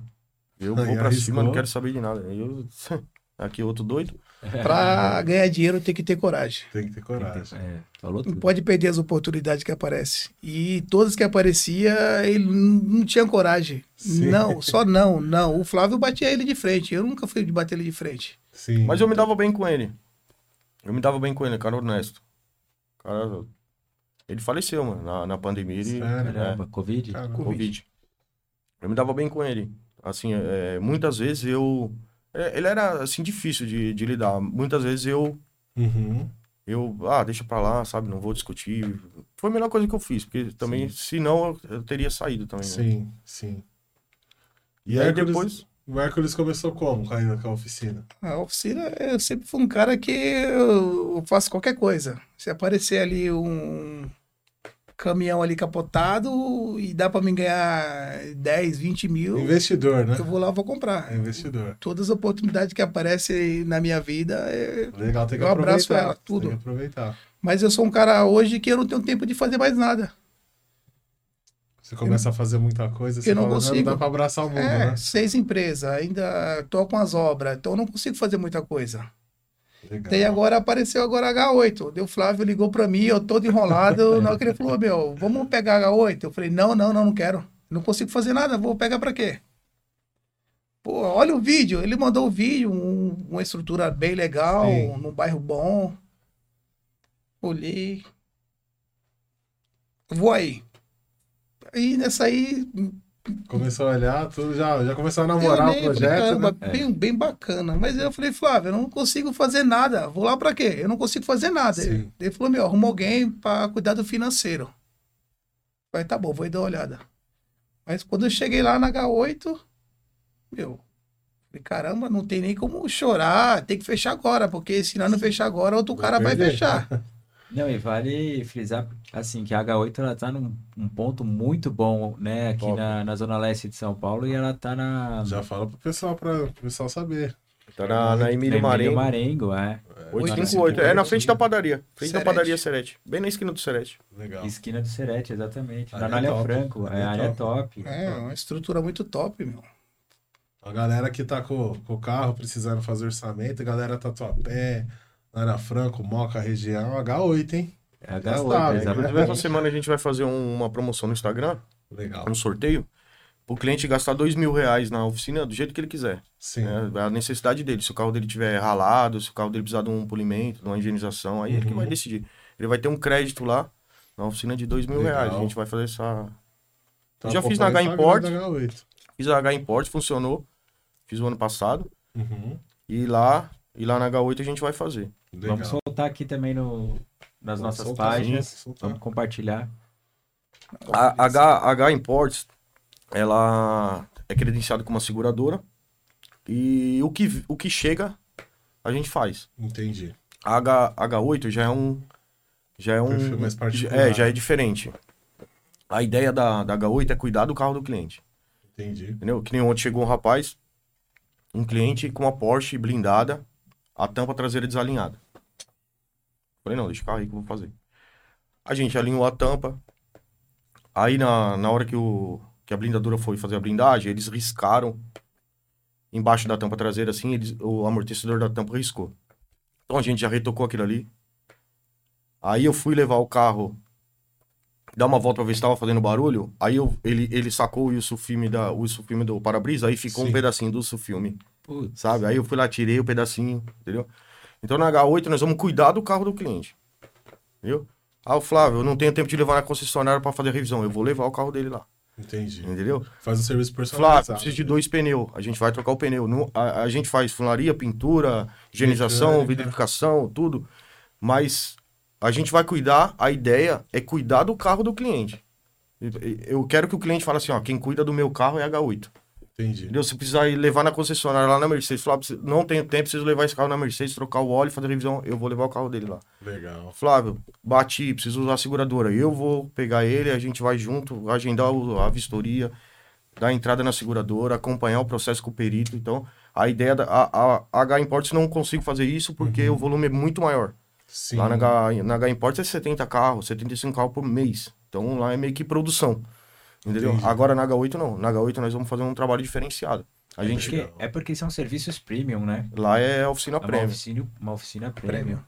Speaker 3: Eu vou
Speaker 2: Aí
Speaker 3: pra cima,
Speaker 2: arriscou.
Speaker 3: não quero saber de nada. Eu... Aqui outro doido.
Speaker 4: Para ganhar dinheiro tem que ter coragem.
Speaker 2: Tem que ter coragem.
Speaker 1: É, falou
Speaker 4: Não
Speaker 1: tudo.
Speaker 4: pode perder as oportunidades que aparecem. E todas que aparecia, ele n- não tinha coragem.
Speaker 2: Sim.
Speaker 4: Não, só não, não. O Flávio batia ele de frente. Eu nunca fui de bater ele de frente.
Speaker 2: Sim.
Speaker 3: Mas eu me dava bem com ele. Eu me dava bem com ele, cara honesto. Cara, ele faleceu, mano, na, na pandemia. Ele,
Speaker 2: Sério?
Speaker 3: é,
Speaker 1: Caramba, Covid?
Speaker 2: Caramba.
Speaker 4: Covid.
Speaker 3: Covid. Eu me dava bem com ele. Assim, é, muitas vezes eu... é, Ele era, assim, difícil de, de lidar. Muitas vezes eu...
Speaker 2: Uhum.
Speaker 3: Eu, ah, deixa pra lá, sabe? Não vou discutir. Foi a melhor coisa que eu fiz, porque também, se não, eu- eu teria saído também. né?
Speaker 2: Sim, sim.
Speaker 3: E aí
Speaker 2: Hércules-
Speaker 3: depois.
Speaker 2: O Hércules começou como, caindo com a oficina?
Speaker 4: A oficina, eu sempre fui um cara que eu faço qualquer coisa. Se aparecer ali um caminhão ali capotado e dá para mim ganhar 10, 20 mil,
Speaker 2: Investidor, né?
Speaker 4: eu vou lá, vou
Speaker 2: É
Speaker 4: comprar.
Speaker 2: investidor.
Speaker 4: Todas as oportunidades que aparecem na minha vida, eu-
Speaker 2: Legal, tem que
Speaker 4: Eu
Speaker 2: aproveitar.
Speaker 4: abraço ela, tudo.
Speaker 2: Tem que aproveitar.
Speaker 4: mas eu sou um cara hoje que eu não tenho tempo de fazer mais nada.
Speaker 2: Você começa a fazer muita coisa, você
Speaker 4: eu não
Speaker 2: fala,
Speaker 4: consigo.
Speaker 2: não dá pra abraçar o mundo,
Speaker 4: É,
Speaker 2: né?
Speaker 4: seis empresas, ainda tô com as obras, então eu não consigo fazer muita coisa.
Speaker 2: Legal.
Speaker 4: Daí agora apareceu agora a H8. Daí o Flávio ligou pra mim, eu todo enrolado, na hora que ele falou, meu, vamos pegar a H8? Eu falei, não, não, não, não quero. Não consigo fazer nada, vou pegar pra quê? Pô, olha o vídeo, ele mandou o vídeo, um- uma estrutura bem legal,
Speaker 2: Sim.
Speaker 4: num bairro bom. Olhei. Vou aí. Aí nessa aí,
Speaker 2: Começou a olhar tudo, já, já começou a
Speaker 4: eu
Speaker 2: namorar
Speaker 4: olhei,
Speaker 2: o
Speaker 4: falei,
Speaker 2: projeto.
Speaker 4: caramba,
Speaker 2: né?
Speaker 4: bem, bem bacana. Mas eu falei, Flávio, eu não consigo fazer nada. Vou lá pra quê? Eu não consigo fazer nada.
Speaker 2: Sim.
Speaker 4: Ele falou, meu, arruma alguém pra cuidar do financeiro. Falei, tá bom, vou ir dar uma olhada. Mas quando eu cheguei lá na H8, meu, falei, caramba, não tem nem como chorar, tem que fechar agora, porque se nós não fechar agora, outro
Speaker 2: Vai
Speaker 4: cara vai
Speaker 2: perder.
Speaker 4: fechar.
Speaker 1: Não, e vale frisar, assim, que a H8 ela tá num um ponto muito bom, né, aqui
Speaker 3: Top.
Speaker 1: na, na Zona Leste de São Paulo e ela tá na.
Speaker 2: Já fala pro pessoal, pra pro pessoal saber.
Speaker 3: Tá na, na
Speaker 1: na
Speaker 3: Emílio
Speaker 1: Emílio
Speaker 3: Marinho.
Speaker 1: Né, Marengo, é.
Speaker 3: 858. É na frente da padaria. Frente da
Speaker 4: Serete.
Speaker 3: padaria Serete. Bem na esquina do Serete.
Speaker 2: Legal.
Speaker 1: Esquina do Serete, exatamente. Na
Speaker 2: Área
Speaker 1: Anália
Speaker 2: top.
Speaker 1: Franco, é
Speaker 2: Área
Speaker 1: área top.
Speaker 4: É, uma estrutura muito top, meu.
Speaker 2: A galera que tá com, com o carro precisando fazer orçamento, a galera tá Tatuapé, Nara Franco, Moca, região, H8, hein?
Speaker 1: É
Speaker 2: Já
Speaker 1: H8,
Speaker 2: sabe,
Speaker 1: exatamente.
Speaker 2: né?
Speaker 3: Essa semana a gente vai fazer um- uma promoção no Instagram,
Speaker 2: Legal.
Speaker 3: um sorteio, pro cliente gastar dois mil reais na oficina do jeito que ele quiser.
Speaker 2: Sim.
Speaker 3: né? A necessidade dele. Se o carro dele tiver ralado, se o carro dele precisar de um polimento, de uma higienização, aí ele que
Speaker 2: Uhum.
Speaker 3: vai decidir. Ele vai ter um crédito lá na oficina de dois mil
Speaker 2: Legal.
Speaker 3: reais. A gente vai fazer essa.
Speaker 2: Então,
Speaker 3: Já
Speaker 2: pô,
Speaker 3: fiz na
Speaker 2: parece
Speaker 3: H Import.
Speaker 2: uma grana da H8.
Speaker 3: Fiz a H Import, funcionou. Fiz o ano passado.
Speaker 2: Uhum.
Speaker 3: E lá, e lá na H8 a gente vai fazer.
Speaker 2: Legal. assim,
Speaker 1: Vamos soltar aqui também no, nas
Speaker 2: Vamos
Speaker 1: nossas
Speaker 2: soltar,
Speaker 1: páginas.
Speaker 2: vamos soltar.
Speaker 1: Vamos compartilhar.
Speaker 3: A H, H Imports, ela é credenciada como uma seguradora e o que, o que chega, a gente faz.
Speaker 2: Entendi.
Speaker 3: A H, H8 já é um... Já é um...
Speaker 2: Perfil mais particular.
Speaker 3: É, já é diferente. A ideia da, da H8 é cuidar do carro do cliente,
Speaker 2: Entendi.
Speaker 3: entendeu? Que nem ontem chegou um rapaz, um cliente com uma Porsche blindada, a tampa traseira desalinhada. Falei, não, deixa o carro aí que eu vou fazer. A gente alinhou a tampa. Aí na, na hora que, o, que a blindadora foi fazer a blindagem, eles riscaram embaixo da tampa traseira, assim, eles, o amortecedor da tampa riscou. Então a gente já retocou aquilo ali. Aí eu fui levar o carro, dar uma volta pra ver se estava fazendo barulho. Aí eu, ele, ele sacou o filme da o filme do para-brisa, aí ficou
Speaker 2: Sim.
Speaker 3: um pedacinho do filme,
Speaker 1: Putz,
Speaker 3: sabe? Aí eu fui lá, tirei o pedacinho, entendeu? Então na H8 nós vamos cuidar do carro do cliente. Entendeu? Ah, o Flávio, eu não tenho tempo de levar na concessionária para fazer a revisão. Eu vou levar o carro dele lá,
Speaker 2: Entendi.
Speaker 3: entendeu?
Speaker 2: Faz o serviço personalizado.
Speaker 3: É. Flávio, precisa de dois pneus. A gente vai trocar o pneu. Não- a, a gente faz funilaria, pintura, higienização,
Speaker 2: Mecânica.
Speaker 3: vidrificação, tudo. Mas a gente vai cuidar, a ideia é cuidar do carro do cliente. E- e- Eu quero que o cliente fale assim, ó, quem cuida do meu carro é H8.
Speaker 2: Entendi.
Speaker 3: Entendeu? Se precisar ir levar na concessionária lá na Mercedes, Flávio, se- não tenho tempo, preciso levar esse carro na Mercedes, trocar o óleo, fazer revisão, eu vou levar o carro dele lá.
Speaker 2: Legal.
Speaker 3: Flávio, bati, preciso usar a seguradora. Eu vou pegar ele, a gente vai junto, agendar o- a vistoria, dar entrada na seguradora, acompanhar o processo com o perito. Então, a ideia da a, a H Imports não consigo fazer isso porque o volume é muito maior.
Speaker 2: Uhum. Sim.
Speaker 3: Lá na H, na H Imports é 70 carros, 75 carros por mês. Então lá é meio que produção. Entendeu?
Speaker 2: Entendi.
Speaker 3: Agora na H8 não. Na H8 nós vamos fazer um trabalho diferenciado. A gente.
Speaker 1: Porque- é porque são serviços premium, né?
Speaker 3: Lá é oficina
Speaker 1: É
Speaker 2: Tá
Speaker 1: uma
Speaker 3: prêmio.
Speaker 1: oficina, uma oficina premium.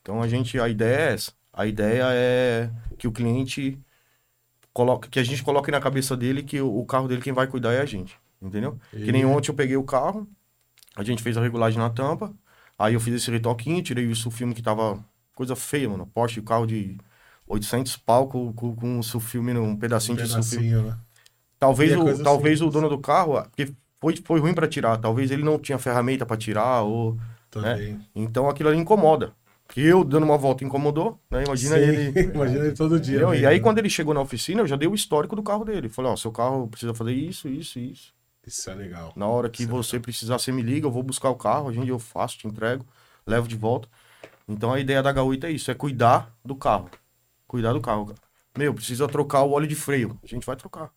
Speaker 3: Então a gente, a ideia é essa. A ideia é que o cliente coloque, que a gente coloque na cabeça dele que o, o carro dele quem vai cuidar é a gente, entendeu? Que nem um, ontem eu peguei o carro, a gente fez a regulagem na tampa, aí eu fiz esse retoquinho, tirei isso, o filme que tava coisa feia, mano, Porsche, carro de 800 pau com, com, com o sulfilme, um
Speaker 2: um
Speaker 3: pedacinho de sulfilme.
Speaker 2: pedacinho, né? E
Speaker 3: Talvez,
Speaker 2: é coisa
Speaker 3: o, talvez
Speaker 2: simples.
Speaker 3: o dono do carro, ah, porque foi, foi ruim pra tirar, talvez ele não tinha ferramenta pra tirar, ou...
Speaker 2: Também.
Speaker 3: Então aquilo ali incomoda. Que eu dando uma volta incomodou, né? Imagina
Speaker 2: Sim,
Speaker 3: ele...
Speaker 2: Imagina ele todo dia.
Speaker 3: Entendeu?
Speaker 2: né?
Speaker 3: E aí, quando ele chegou na oficina, eu já dei o histórico do carro dele. Falei, ó, seu carro precisa fazer isso, isso, e isso.
Speaker 2: Isso é legal.
Speaker 3: Na hora que você precisar, você me liga, eu vou buscar o carro, a gente eu faço, te entrego, levo de volta. Então a ideia da Gaúita é isso, é cuidar do carro. Cuidar do carro, cara. Meu, precisa trocar o óleo de freio. A gente vai trocar.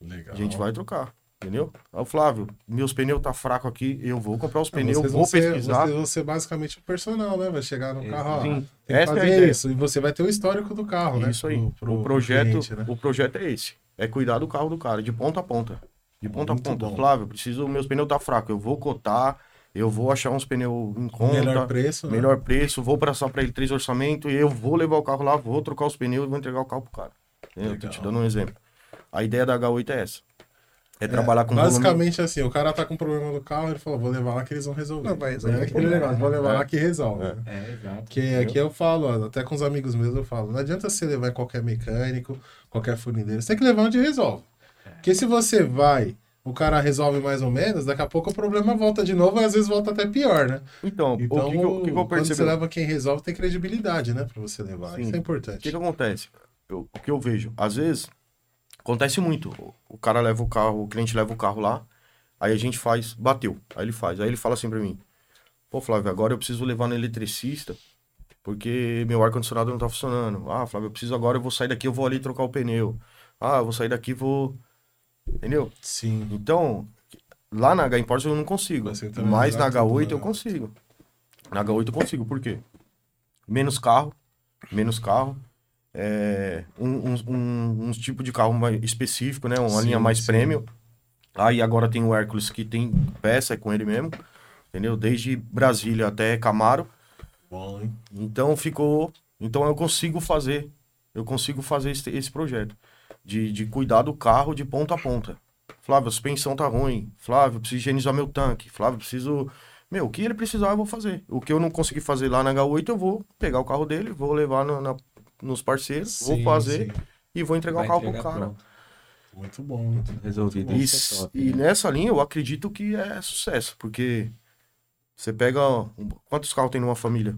Speaker 2: Legal.
Speaker 3: A gente vai trocar. Entendeu? Aí o Flávio, meus pneus tá fraco aqui, eu vou comprar os
Speaker 2: Ah,
Speaker 3: pneus,
Speaker 2: vocês
Speaker 3: vou
Speaker 2: vão ser-
Speaker 3: pesquisar.
Speaker 2: Vocês vão ser basicamente o personal, né? Vai chegar no
Speaker 1: É,
Speaker 2: carro, ó,
Speaker 3: Sim,
Speaker 2: tem que
Speaker 3: essa é a
Speaker 2: fazer
Speaker 3: ideia.
Speaker 2: isso. E você vai ter o histórico do carro, né?
Speaker 3: Isso aí.
Speaker 2: Pro- pro-
Speaker 3: o, projeto,
Speaker 2: pro cliente, né?
Speaker 3: o projeto é esse. É cuidar do carro do cara, de ponta a ponta. De ponta
Speaker 2: Muito
Speaker 3: a ponta.
Speaker 2: bom.
Speaker 3: Flávio, preciso, meus pneus tá fraco. Eu vou cotar, eu vou achar uns pneus em conta.
Speaker 2: Melhor
Speaker 3: Melhor preço.
Speaker 2: preço, né?
Speaker 3: vou passar pra ele três orçamentos, eu vou levar o carro lá, vou trocar os pneus e vou entregar o carro pro cara. Entendeu? Eu Tô te
Speaker 2: Legal.
Speaker 3: dando um exemplo. A ideia da H8 é essa. É, trabalhar com volume.
Speaker 2: Basicamente assim, o cara tá com um problema no carro, ele falou, vou levar lá que eles vão resolver.
Speaker 4: Não, vai resolver.
Speaker 2: É aquele negócio, vou levar
Speaker 3: É.
Speaker 2: lá que resolve.
Speaker 3: É.
Speaker 2: né?
Speaker 1: É, exato.
Speaker 2: Que é que eu falo, ó, até com os amigos meus eu falo, não adianta você levar em qualquer mecânico, qualquer funileiro, você tem que levar onde resolve.
Speaker 3: É.
Speaker 2: Porque se você vai, o cara resolve mais ou menos, daqui a pouco o problema volta de novo e às vezes volta até pior, né?
Speaker 3: Então,
Speaker 2: Então,
Speaker 3: o que, que eu, o que que eu
Speaker 2: quando
Speaker 3: percebi?
Speaker 2: você leva quem resolve, tem credibilidade, né? Pra você levar.
Speaker 3: Sim.
Speaker 2: Isso é
Speaker 3: O que,
Speaker 2: importante.
Speaker 3: que acontece? Eu- o que eu vejo? Às vezes, acontece muito. O, o cara leva o carro, o cliente leva o carro lá, aí a gente faz, bateu, aí ele faz. Aí ele fala assim pra mim: Pô, Flávio, agora eu preciso levar no eletricista porque meu ar-condicionado não tá funcionando. Ah, Flávio, eu preciso agora, eu vou sair daqui, eu vou ali trocar o pneu. Ah, eu vou sair daqui, vou. Entendeu?
Speaker 2: Sim.
Speaker 3: Então, lá na H-Import eu não consigo.
Speaker 2: Você tá
Speaker 3: Mas na
Speaker 2: analisando
Speaker 3: H8
Speaker 2: tudo,
Speaker 3: eu
Speaker 2: né?
Speaker 3: consigo. Na H8 eu consigo, por quê? Menos carro, menos carro. É, um, um, um- uns tipo de carro mais específico, né? Uma
Speaker 2: Sim,
Speaker 3: linha mais
Speaker 2: sim.
Speaker 3: premium. Aí agora tem o Hércules que tem peça, é com ele mesmo. Entendeu? Desde Brasília até Camaro.
Speaker 2: Bom, hein?
Speaker 3: Então ficou. Então eu consigo fazer. Eu consigo fazer esse, esse projeto. De, de cuidar do carro de ponta a ponta. Flávio, a suspensão tá ruim. Flávio, eu preciso higienizar meu tanque. Flávio, eu preciso. Meu, o que ele precisar, eu vou fazer. O que eu não consegui fazer lá na H8, eu vou pegar o carro dele, vou levar no- na- nos parceiros,
Speaker 2: Sim,
Speaker 3: vou fazer
Speaker 2: sim.
Speaker 3: e vou entregar
Speaker 1: Vai
Speaker 3: o carro
Speaker 1: entregar
Speaker 3: pro cara.
Speaker 1: pronto,
Speaker 2: Muito bom. né?
Speaker 1: Resolvido.
Speaker 3: E,
Speaker 1: Isso é top,
Speaker 3: e
Speaker 1: né?
Speaker 3: nessa linha eu acredito que é sucesso, porque você pega. um- Quantos carros tem numa família?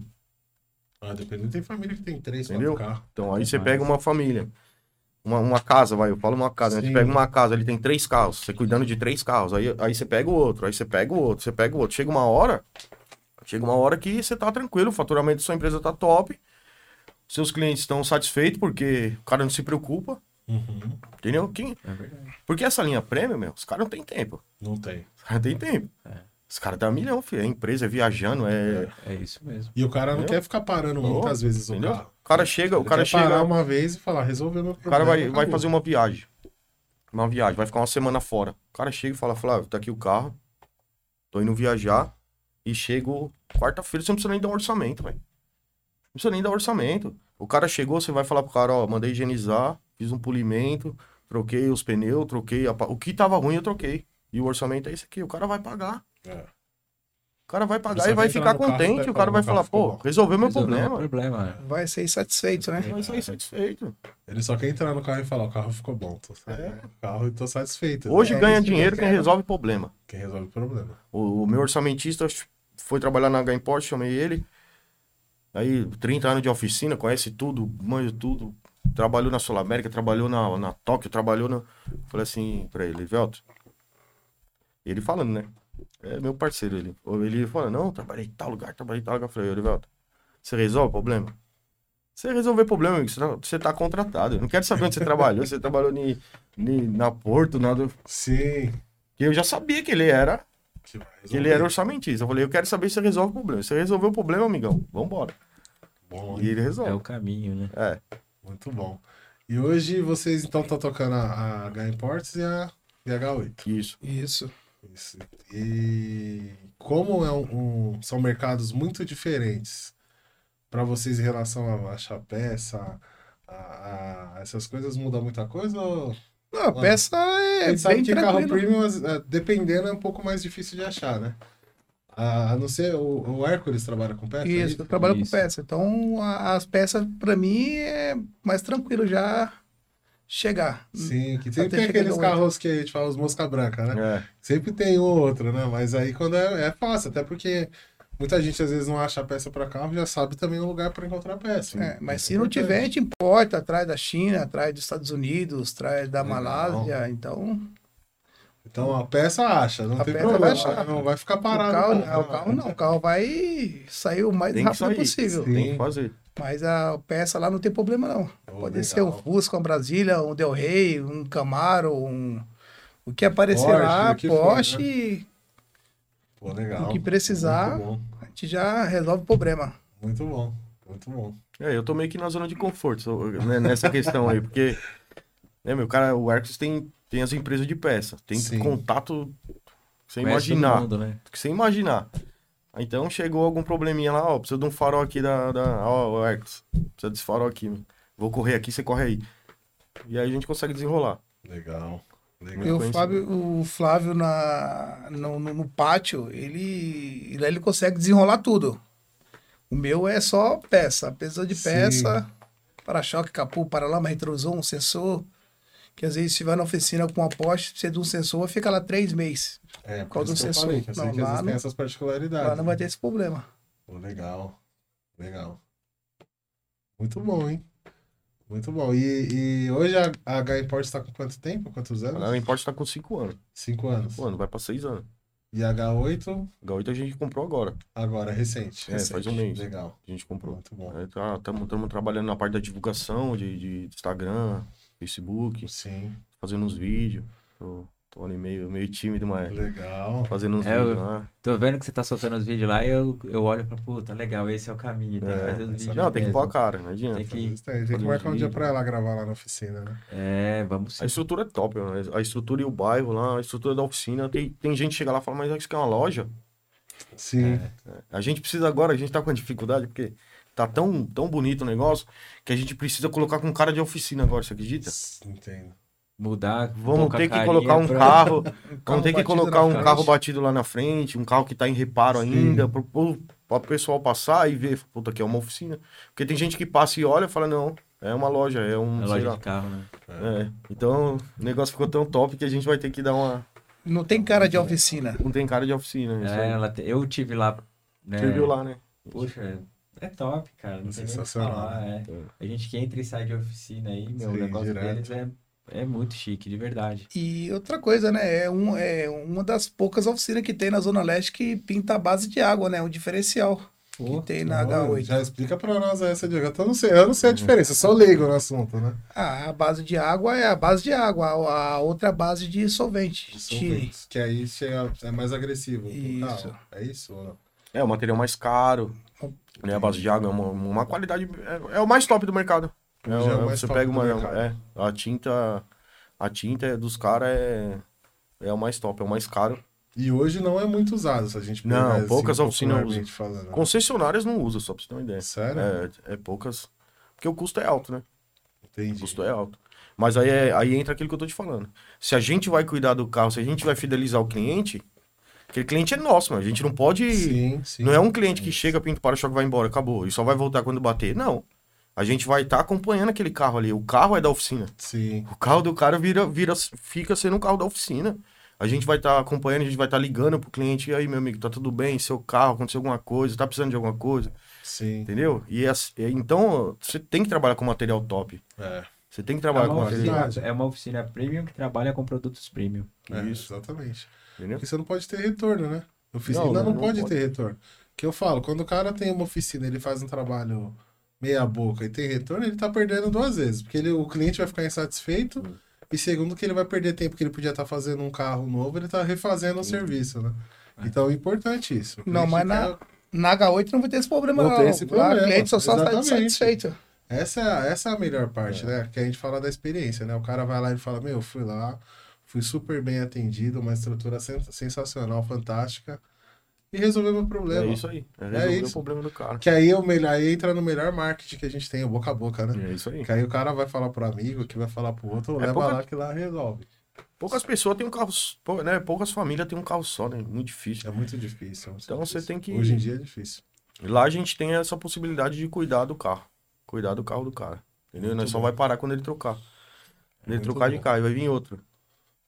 Speaker 2: Ah, dependendo, tem família que tem três, quatro
Speaker 3: Entendeu?
Speaker 2: carros.
Speaker 3: Então, aí
Speaker 1: Mas-
Speaker 3: você pega uma família, uma, uma casa, vai, eu falo uma casa, né?
Speaker 2: Sim.
Speaker 3: Você pega uma casa, ele tem três carros, você cuidando de três carros, aí, aí você pega o outro, aí você pega o outro, você pega o outro. Chega uma hora, chega uma hora que você tá tranquilo, o faturamento da sua empresa tá top, seus clientes estão satisfeitos porque o cara não se preocupa,
Speaker 2: Uhum.
Speaker 3: entendeu? Quem...
Speaker 1: É verdade.
Speaker 3: Porque essa linha prêmio, meu, os caras não tem tempo,
Speaker 2: Não tem.
Speaker 3: os caras não tem tempo. Os caras dão milhão, filho, é empresa, é viajando, é...
Speaker 1: É isso mesmo.
Speaker 2: E o cara não
Speaker 3: Entendeu?
Speaker 2: quer ficar parando
Speaker 3: Não.
Speaker 2: muitas vezes o
Speaker 3: Entendeu?
Speaker 2: carro.
Speaker 3: O cara chega, o
Speaker 2: Ele
Speaker 3: cara
Speaker 2: quer parar
Speaker 3: chega...
Speaker 2: uma vez e falar, resolveu meu
Speaker 3: O
Speaker 2: problema.
Speaker 3: cara vai, vai
Speaker 2: acabou.
Speaker 3: fazer uma viagem. Uma viagem, vai ficar uma semana fora. O cara chega e fala, Flávio, tá aqui o carro, tô indo viajar e chego quarta-feira, você não precisa nem dar um orçamento, velho. Não precisa nem dar orçamento. O cara chegou, você vai falar pro cara, ó, mandei higienizar, fiz um polimento, troquei os pneus, troquei a pa- o que tava ruim eu troquei. E o orçamento é esse aqui, o cara vai pagar.
Speaker 2: É.
Speaker 3: O cara vai pagar
Speaker 2: Você
Speaker 3: e vai
Speaker 2: vai entrar
Speaker 3: ficar
Speaker 2: no carro,
Speaker 3: contente,
Speaker 2: vai
Speaker 3: o cara
Speaker 2: falar,
Speaker 3: vai
Speaker 2: o carro
Speaker 3: falar,
Speaker 2: ficou
Speaker 3: pô,
Speaker 2: bom.
Speaker 3: resolveu meu
Speaker 1: Resolveu
Speaker 3: é problema. Então,
Speaker 1: problema. né?
Speaker 4: Vai ser insatisfeito, né?
Speaker 3: Vai sair é satisfeito.
Speaker 2: Ele só quer entrar no carro e falar, o carro ficou bom. Tô sa-
Speaker 3: É.
Speaker 2: O carro e tô satisfeito. né?
Speaker 3: Hoje
Speaker 4: É
Speaker 3: ganha
Speaker 4: isso que eu
Speaker 3: dinheiro quem
Speaker 4: quero.
Speaker 3: resolve problema.
Speaker 2: Quem resolve o problema.
Speaker 3: O, o meu orçamentista foi trabalhar na H-Import, chamei ele. Aí, 30 anos de oficina, conhece tudo, manja tudo. Trabalhou na Sul América, trabalhou na, na Tóquio, trabalhou na. Falei assim pra ele, Velto. Ele falando, né? É meu parceiro ele. Ou Ele fala, não, trabalhei em tal lugar, trabalhei em tal lugar. Eu Falei, Velto, você resolve o problema? Você resolver problema, amigo, você tá, você tá contratado. Eu não quero saber onde você trabalhou. Você trabalhou ni, ni- na Porto, nada.
Speaker 2: Sim.
Speaker 3: Eu já sabia que ele era
Speaker 2: Que vai
Speaker 3: que ele
Speaker 2: resolver.
Speaker 3: era orçamentista. Eu falei, eu quero saber se você resolve o problema. Se você resolveu o problema, amigão, vambora.
Speaker 2: Bom,
Speaker 3: E ele
Speaker 1: É o
Speaker 3: resolve.
Speaker 1: caminho, né?
Speaker 3: É.
Speaker 2: Muito bom. E hoje vocês então estão tocando a, a H Imports e a, e a H8.
Speaker 3: isso.
Speaker 4: Isso.
Speaker 2: Isso. E como é um, um- são mercados muito diferentes para vocês em relação a, a chapeça, a, a- essas coisas, muda muita coisa? Ou...
Speaker 4: Não, a peça
Speaker 2: A
Speaker 4: é
Speaker 2: gente sabe
Speaker 4: bem
Speaker 2: que carro
Speaker 4: tranquila.
Speaker 2: premium, as- eh, dependendo, é um pouco mais difícil de achar, né? A, a não ser o, o Hércules trabalha com peça?
Speaker 4: Isso,
Speaker 2: aí?
Speaker 4: eu trabalho
Speaker 1: Isso.
Speaker 4: com peça. Então, a- as peças, pra mim, é mais tranquilo já chegar.
Speaker 2: Sim, que sempre
Speaker 4: Até
Speaker 2: tem
Speaker 4: chega
Speaker 2: aqueles
Speaker 4: no
Speaker 2: carros que a gente fala, os mosca branca, né?
Speaker 3: É.
Speaker 2: Sempre tem um ou outro, né? Mas aí quando é, é fácil, até porque muita gente às vezes não acha a peça pra carro, já sabe também o lugar pra encontrar a peça.
Speaker 4: É, mas
Speaker 2: Isso
Speaker 4: se
Speaker 2: é
Speaker 4: não
Speaker 2: importante.
Speaker 4: tiver, a gente importa, atrás da China, atrás dos Estados Unidos, atrás da
Speaker 2: Legal.
Speaker 4: Malásia. Então,
Speaker 2: Então a peça acha, não
Speaker 4: A
Speaker 2: tem
Speaker 4: peça
Speaker 2: problema.
Speaker 4: vai achar.
Speaker 2: Não vai ficar
Speaker 4: o
Speaker 2: parado.
Speaker 4: carro,
Speaker 2: não, né?
Speaker 4: não, o carro não, o carro vai sair o mais
Speaker 3: Tem que
Speaker 4: rápido
Speaker 3: sair.
Speaker 4: possível.
Speaker 3: Tem que fazer.
Speaker 4: Mas a peça lá não tem problema, não.
Speaker 2: Oh,
Speaker 4: Pode
Speaker 2: legal.
Speaker 4: ser um Fusca, uma Brasília, um Del Rey, um Camaro, um. O que aparecer
Speaker 2: Porsche,
Speaker 4: lá,
Speaker 2: o que for, né?
Speaker 4: Porsche,
Speaker 2: Pô, legal.
Speaker 4: O que precisar.
Speaker 2: Muito bom.
Speaker 4: a gente já resolve o problema.
Speaker 2: Muito bom. Muito bom.
Speaker 3: É, eu tô meio que na zona de conforto so- né, nessa questão aí, porque. Né, meu cara, o Arcos tem, tem as empresas de peça. Tem
Speaker 2: Sim.
Speaker 3: contato sem
Speaker 1: Conhece todo
Speaker 3: imaginar.
Speaker 1: mundo, né?
Speaker 3: que sem imaginar. Aí, Então chegou algum probleminha lá, ó, precisa de um farol aqui da. da ó, Arcos, precisa desse farol aqui. meu. Vou correr aqui, você corre aí. E aí a gente consegue desenrolar.
Speaker 2: Legal. Legal.
Speaker 4: E o
Speaker 3: conheço
Speaker 4: Fábio, o Flávio na, no, no- no pátio, ele, ele, ele consegue desenrolar tudo. O meu é só peça, peso de
Speaker 2: Sim.
Speaker 4: peça, para-choque, capô, paralama, retrovisor, um sensor. Que às vezes se vai na oficina com uma Porsche, precisa de um sensor, fica lá três meses.
Speaker 2: É, por
Speaker 4: Qual
Speaker 2: isso
Speaker 4: do
Speaker 2: que eu
Speaker 4: sensor?
Speaker 2: falei, que eu sei
Speaker 4: Não,
Speaker 2: que
Speaker 4: lá
Speaker 2: existem
Speaker 4: não-
Speaker 2: essas particularidades.
Speaker 4: Lá não vai ter esse problema.
Speaker 2: Pô, legal. Legal. Muito bom, hein? Muito bom. E, e hoje a, a H Import está com quanto tempo? Quantos anos?
Speaker 3: A Import tá com 5 anos.
Speaker 2: Cinco anos.
Speaker 3: Pô, não vai pra 6 anos.
Speaker 2: E a H8,
Speaker 3: H8 a gente comprou agora.
Speaker 2: agora, recente.
Speaker 3: É,
Speaker 2: recente.
Speaker 3: faz um mês.
Speaker 2: Legal.
Speaker 3: A gente comprou.
Speaker 2: Muito bom.
Speaker 3: Estamos trabalhando na parte da divulgação de, de Instagram, Facebook,
Speaker 2: Sim,
Speaker 3: fazendo uns vídeos. Tô, tô ali meio, meio tímido, mas
Speaker 2: legal.
Speaker 3: fazendo uns
Speaker 1: É,
Speaker 3: vídeos
Speaker 1: eu-
Speaker 3: lá.
Speaker 1: Tô vendo que você tá soltando os vídeos lá e eu, eu olho e falo, puta, legal, esse é o caminho. Tem que fazer os vídeos.
Speaker 3: Não, tem que
Speaker 1: mesmo.
Speaker 3: pôr a cara, não adianta.
Speaker 1: Tem que.
Speaker 2: Tem tem que
Speaker 3: fazer
Speaker 2: marcar um
Speaker 3: uns
Speaker 2: dia
Speaker 3: vídeos.
Speaker 2: pra ela gravar lá na oficina, né?
Speaker 1: É, vamos sim.
Speaker 3: A estrutura é top, mano. A estrutura e o bairro lá, a estrutura da oficina. Tem, tem gente que chega lá e fala, mas isso aqui é uma loja?
Speaker 2: Sim,
Speaker 3: A gente precisa agora, a gente tá com a dificuldade, porque tá tão, tão bonito o negócio, que a gente precisa colocar com cara de oficina agora, você acredita?
Speaker 2: entendo.
Speaker 1: Mudar. um
Speaker 3: Vamos
Speaker 1: pouco a
Speaker 3: ter que
Speaker 1: carinha
Speaker 3: colocar um
Speaker 1: pra-
Speaker 3: carro,
Speaker 4: carro
Speaker 3: vamos ter que
Speaker 4: batido
Speaker 3: colocar
Speaker 4: na
Speaker 3: um
Speaker 4: frente.
Speaker 3: carro batido lá na frente, um carro que tá em reparo
Speaker 2: Sim.
Speaker 3: ainda, pro, pro, pro pessoal passar e ver, puta, aqui é uma oficina. Porque tem gente que passa e olha e fala, não, é uma loja, é um,
Speaker 1: É
Speaker 3: sei
Speaker 1: loja
Speaker 3: lá.
Speaker 1: de carro, né?
Speaker 3: É, então, o negócio ficou tão top que a gente vai ter que dar uma...
Speaker 4: Não tem cara de oficina.
Speaker 3: Não tem cara de oficina, isso
Speaker 1: É,
Speaker 3: aí.
Speaker 1: ela te- eu tive lá. Né?
Speaker 3: Você viu lá, né?
Speaker 1: Poxa, é top, cara. Não sei nem o que
Speaker 2: Sensacional,
Speaker 1: falar. É.
Speaker 3: Então.
Speaker 1: A gente que entra e sai de oficina aí, meu, o
Speaker 2: Sim,
Speaker 1: negócio
Speaker 2: direto.
Speaker 1: deles é, é muito chique, de verdade.
Speaker 4: E outra coisa, né? É, um, é uma das poucas oficinas que tem na Zona Leste que pinta a base de água, né? Um diferencial
Speaker 1: Pô,
Speaker 4: que tem na
Speaker 2: Olha,
Speaker 4: H8.
Speaker 2: Já explica pra nós essa, Diego. Eu tô- não sei, eu não sei a diferença, eu só leigo no assunto, né?
Speaker 4: Ah, a base de água é a base de água, a a outra base de solvente. De...
Speaker 2: Solventes, que aí chega, é mais agressivo. pro carro.
Speaker 4: Isso.
Speaker 2: É isso ou não?
Speaker 3: É, o material mais caro, né? A base de água é uma, uma qualidade. É, é o mais top do mercado. É,
Speaker 2: Já é o
Speaker 3: é,
Speaker 2: mais
Speaker 3: você
Speaker 2: top
Speaker 3: pega
Speaker 2: do
Speaker 3: uma.
Speaker 2: mercado.
Speaker 3: É, a tinta. A tinta é- dos caras é. É o mais top, é o mais caro.
Speaker 2: E hoje não é muito usado, se a gente
Speaker 3: Não,
Speaker 2: pegar, assim,
Speaker 3: poucas oficinas
Speaker 2: popularmente falando.
Speaker 3: Concessionárias não usam, só pra você ter uma ideia.
Speaker 2: Sério?
Speaker 3: É, é poucas. Porque o custo é alto, né? O
Speaker 2: Entendi.
Speaker 3: custo é alto. Mas aí, é- aí entra aquilo que eu tô te falando. Se a gente vai cuidar do carro, se a gente vai fidelizar o cliente, aquele cliente é nosso, mano. A gente não pode.
Speaker 2: Sim, sim.
Speaker 3: Não é um cliente que chega, pinta o para-choque, vai embora, acabou. E só vai voltar quando bater. Não. A gente vai estar acompanhando aquele carro ali. O carro é da oficina.
Speaker 2: Sim,
Speaker 3: O carro do cara vira, vira, fica sendo um carro da oficina. A gente vai estar acompanhando, a gente vai estar ligando pro cliente. E aí, meu amigo, tá tudo bem? Seu carro, aconteceu alguma coisa? Tá precisando de alguma coisa?
Speaker 2: sim.
Speaker 3: Entendeu? E as- e- então, você tem que trabalhar com material top.
Speaker 2: É,
Speaker 3: Você tem que
Speaker 1: É
Speaker 3: trabalhar com
Speaker 1: uma,
Speaker 3: material.
Speaker 1: oficina,
Speaker 2: verdade.
Speaker 1: é uma oficina premium que trabalha com produtos premium.
Speaker 2: é,
Speaker 3: Isso,
Speaker 2: exatamente.
Speaker 3: entendeu?
Speaker 2: É Porque você não pode ter retorno, né? Oficina
Speaker 3: Não,
Speaker 2: não,
Speaker 3: não, não
Speaker 2: pode,
Speaker 3: pode.
Speaker 2: ter retorno. Que eu falo, quando o cara tem uma oficina, ele faz um trabalho meia boca e tem retorno, ele tá perdendo duas vezes. Porque ele, o cliente vai ficar insatisfeito
Speaker 3: Hum.
Speaker 2: e segundo que ele vai perder tempo, que ele podia estar fazendo um carro novo, ele tá refazendo o serviço, né? Então é importante isso. O
Speaker 4: Não,
Speaker 2: cliente
Speaker 4: mas na,
Speaker 2: quer-
Speaker 4: na H8 não vai ter esse problema,
Speaker 2: Não
Speaker 4: não.
Speaker 2: tem esse problema,
Speaker 4: Lá, o cliente só sai
Speaker 2: exatamente.
Speaker 4: satisfeito.
Speaker 2: Essa, é a- essa é a melhor parte, né? Que a gente fala da experiência, né? O cara vai lá e fala, meu, fui lá, Fui super bem atendido, uma estrutura sen- sensacional, fantástica. E resolveu meu
Speaker 3: É
Speaker 2: problema.
Speaker 3: isso aí. É
Speaker 2: É
Speaker 3: resolver
Speaker 2: isso.
Speaker 3: o problema do cara.
Speaker 2: Que aí, é o melhor, aí entra no melhor marketing que a gente tem, o boca a boca, né?
Speaker 3: É isso aí.
Speaker 2: Que aí o cara vai falar pro amigo, que vai falar pro outro,
Speaker 3: É
Speaker 2: leva
Speaker 3: pouca-
Speaker 2: lá que lá resolve.
Speaker 3: Poucas pessoas têm um carro, s- pou- né? Poucas famílias têm um carro só, né? Muito
Speaker 2: É
Speaker 3: difícil.
Speaker 2: muito difícil. é muito
Speaker 3: Então você
Speaker 2: difícil.
Speaker 3: tem que-
Speaker 2: Hoje em dia é difícil.
Speaker 3: Lá a gente tem essa possibilidade de cuidar do carro. Cuidar do carro do cara. Entendeu?
Speaker 2: Muito
Speaker 3: Nós só
Speaker 2: bom.
Speaker 3: vai parar quando ele trocar. Quando ele
Speaker 2: Muito
Speaker 3: trocar de
Speaker 2: bom.
Speaker 3: carro, aí vai vir outro.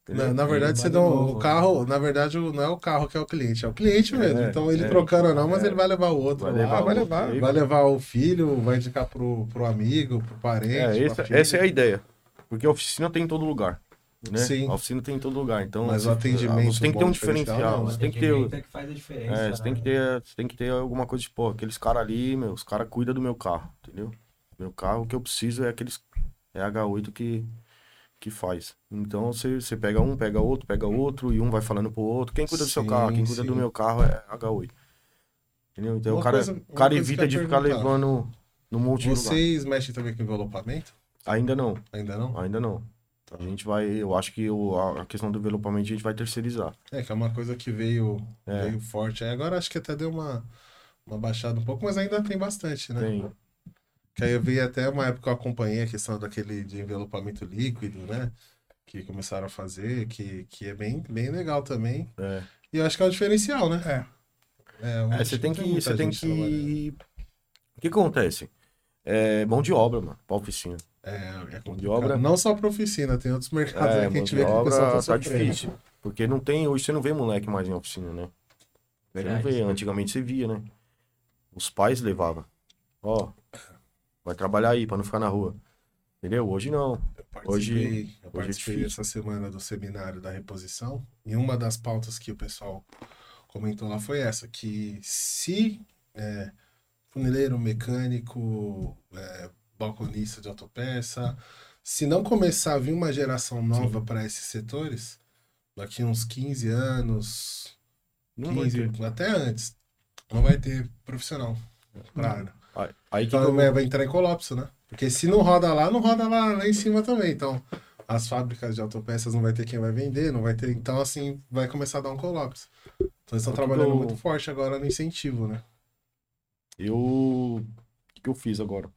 Speaker 3: Entendeu?
Speaker 2: Na, na verdade,
Speaker 1: vai
Speaker 2: você
Speaker 1: de
Speaker 2: dá um-
Speaker 1: novo.
Speaker 2: o carro, na verdade, o- não é o carro que é o cliente, é o cliente mesmo. então ele
Speaker 3: né? é.
Speaker 2: trocando ou não, mas
Speaker 3: É.
Speaker 2: ele vai levar o outro
Speaker 3: Vai
Speaker 2: lá,
Speaker 3: levar o
Speaker 2: vai
Speaker 3: outro.
Speaker 2: levar.
Speaker 3: Aí-
Speaker 2: Vai levar o filho, vai indicar pro, pro amigo, pro parente.
Speaker 3: É,
Speaker 2: pra
Speaker 3: essa,
Speaker 2: filha.
Speaker 3: essa é a ideia. Porque a oficina tem em todo lugar. Né?
Speaker 2: Sim.
Speaker 3: A oficina tem em todo lugar. Então,
Speaker 2: Mas o
Speaker 3: você-
Speaker 2: atendimento
Speaker 3: Você tem que ter
Speaker 2: bom,
Speaker 3: um
Speaker 2: diferencial,
Speaker 3: diferencial.
Speaker 2: não,
Speaker 3: Você
Speaker 2: né?
Speaker 3: tem que ter.
Speaker 1: que faz a diferença. né?
Speaker 3: É, você tem que ter, você tem que ter alguma coisa de, pô, aqueles caras ali, meu, os caras cuidam do meu carro, entendeu? Meu carro, o que eu preciso é aqueles, é H8 que, que faz. Então, você, você pega um, pega outro, pega outro, e um vai falando pro outro, quem cuida do seu
Speaker 2: Sim,
Speaker 3: carro? Quem cuida
Speaker 2: sim.
Speaker 3: do meu carro é H8. Entendeu? Então,
Speaker 2: Uma
Speaker 3: o cara,
Speaker 2: coisa-
Speaker 3: o
Speaker 2: uma
Speaker 3: cara
Speaker 2: coisa que eu
Speaker 3: evita
Speaker 2: ia
Speaker 3: de ficar
Speaker 2: perguntar.
Speaker 3: levando no monte de lugar.
Speaker 2: Vocês mexem também com envelopamento?
Speaker 3: Ainda não,
Speaker 2: Ainda não?
Speaker 3: ainda não. A gente vai, eu acho que o- a a questão do envelopamento a gente vai terceirizar.
Speaker 2: É, que é uma coisa que veio,
Speaker 3: É.
Speaker 2: veio forte. Aí agora acho que até deu uma, uma baixada um pouco, mas ainda tem bastante, né?
Speaker 3: Tem,
Speaker 2: Que aí eu vi até uma época que eu acompanhei a questão daquele de envelopamento líquido, né? Que começaram a fazer, que, que é bem, bem legal também.
Speaker 3: é.
Speaker 2: E eu acho que é o diferencial, né?
Speaker 4: É.
Speaker 2: É, eu
Speaker 3: É,
Speaker 2: acho
Speaker 3: você tem
Speaker 2: não
Speaker 3: que.
Speaker 2: muita
Speaker 3: Você tem
Speaker 2: gente trabalhando.
Speaker 3: que. O que acontece? É mão de obra, mano, pra oficina.
Speaker 2: É, é
Speaker 3: Mão
Speaker 2: complicado.
Speaker 3: de obra.
Speaker 2: Não só para oficina, tem outros mercados
Speaker 3: É,
Speaker 2: aí que a
Speaker 3: mão
Speaker 2: gente
Speaker 3: de
Speaker 2: vê que o pessoal
Speaker 3: obra
Speaker 2: tá
Speaker 3: tá
Speaker 2: sofrendo.
Speaker 3: difícil. Porque não tem. Hoje você não vê moleque mais em oficina, né? Você não
Speaker 1: Verdade.
Speaker 3: vê. Antigamente você via, né? Os pais levavam. Ó, vai trabalhar aí pra não ficar na rua. Entendeu? Hoje não.
Speaker 2: Eu
Speaker 3: Hoje-
Speaker 2: participei, eu
Speaker 3: é
Speaker 2: participei
Speaker 3: difícil.
Speaker 2: essa semana do seminário da reposição e uma das pautas que o pessoal comentou lá foi essa, que se é, funileiro, mecânico, é, balconista de autopeça, se não começar a vir uma geração nova para esses setores, daqui uns 15 anos,
Speaker 3: Não vai
Speaker 2: 15,
Speaker 3: ter.
Speaker 2: até antes, não vai ter profissional para área.
Speaker 3: Aí- Aí que.
Speaker 2: Então vai entrar em colapso, né? Porque se não roda lá, não roda lá, lá em cima também. Então, as fábricas de autopeças não vai ter quem vai vender, não vai ter. Então, assim, vai começar a dar um colapso. Então, eles estão
Speaker 3: Tudo-
Speaker 2: trabalhando muito forte agora no incentivo, né?
Speaker 3: Eu. O que que eu fiz agora?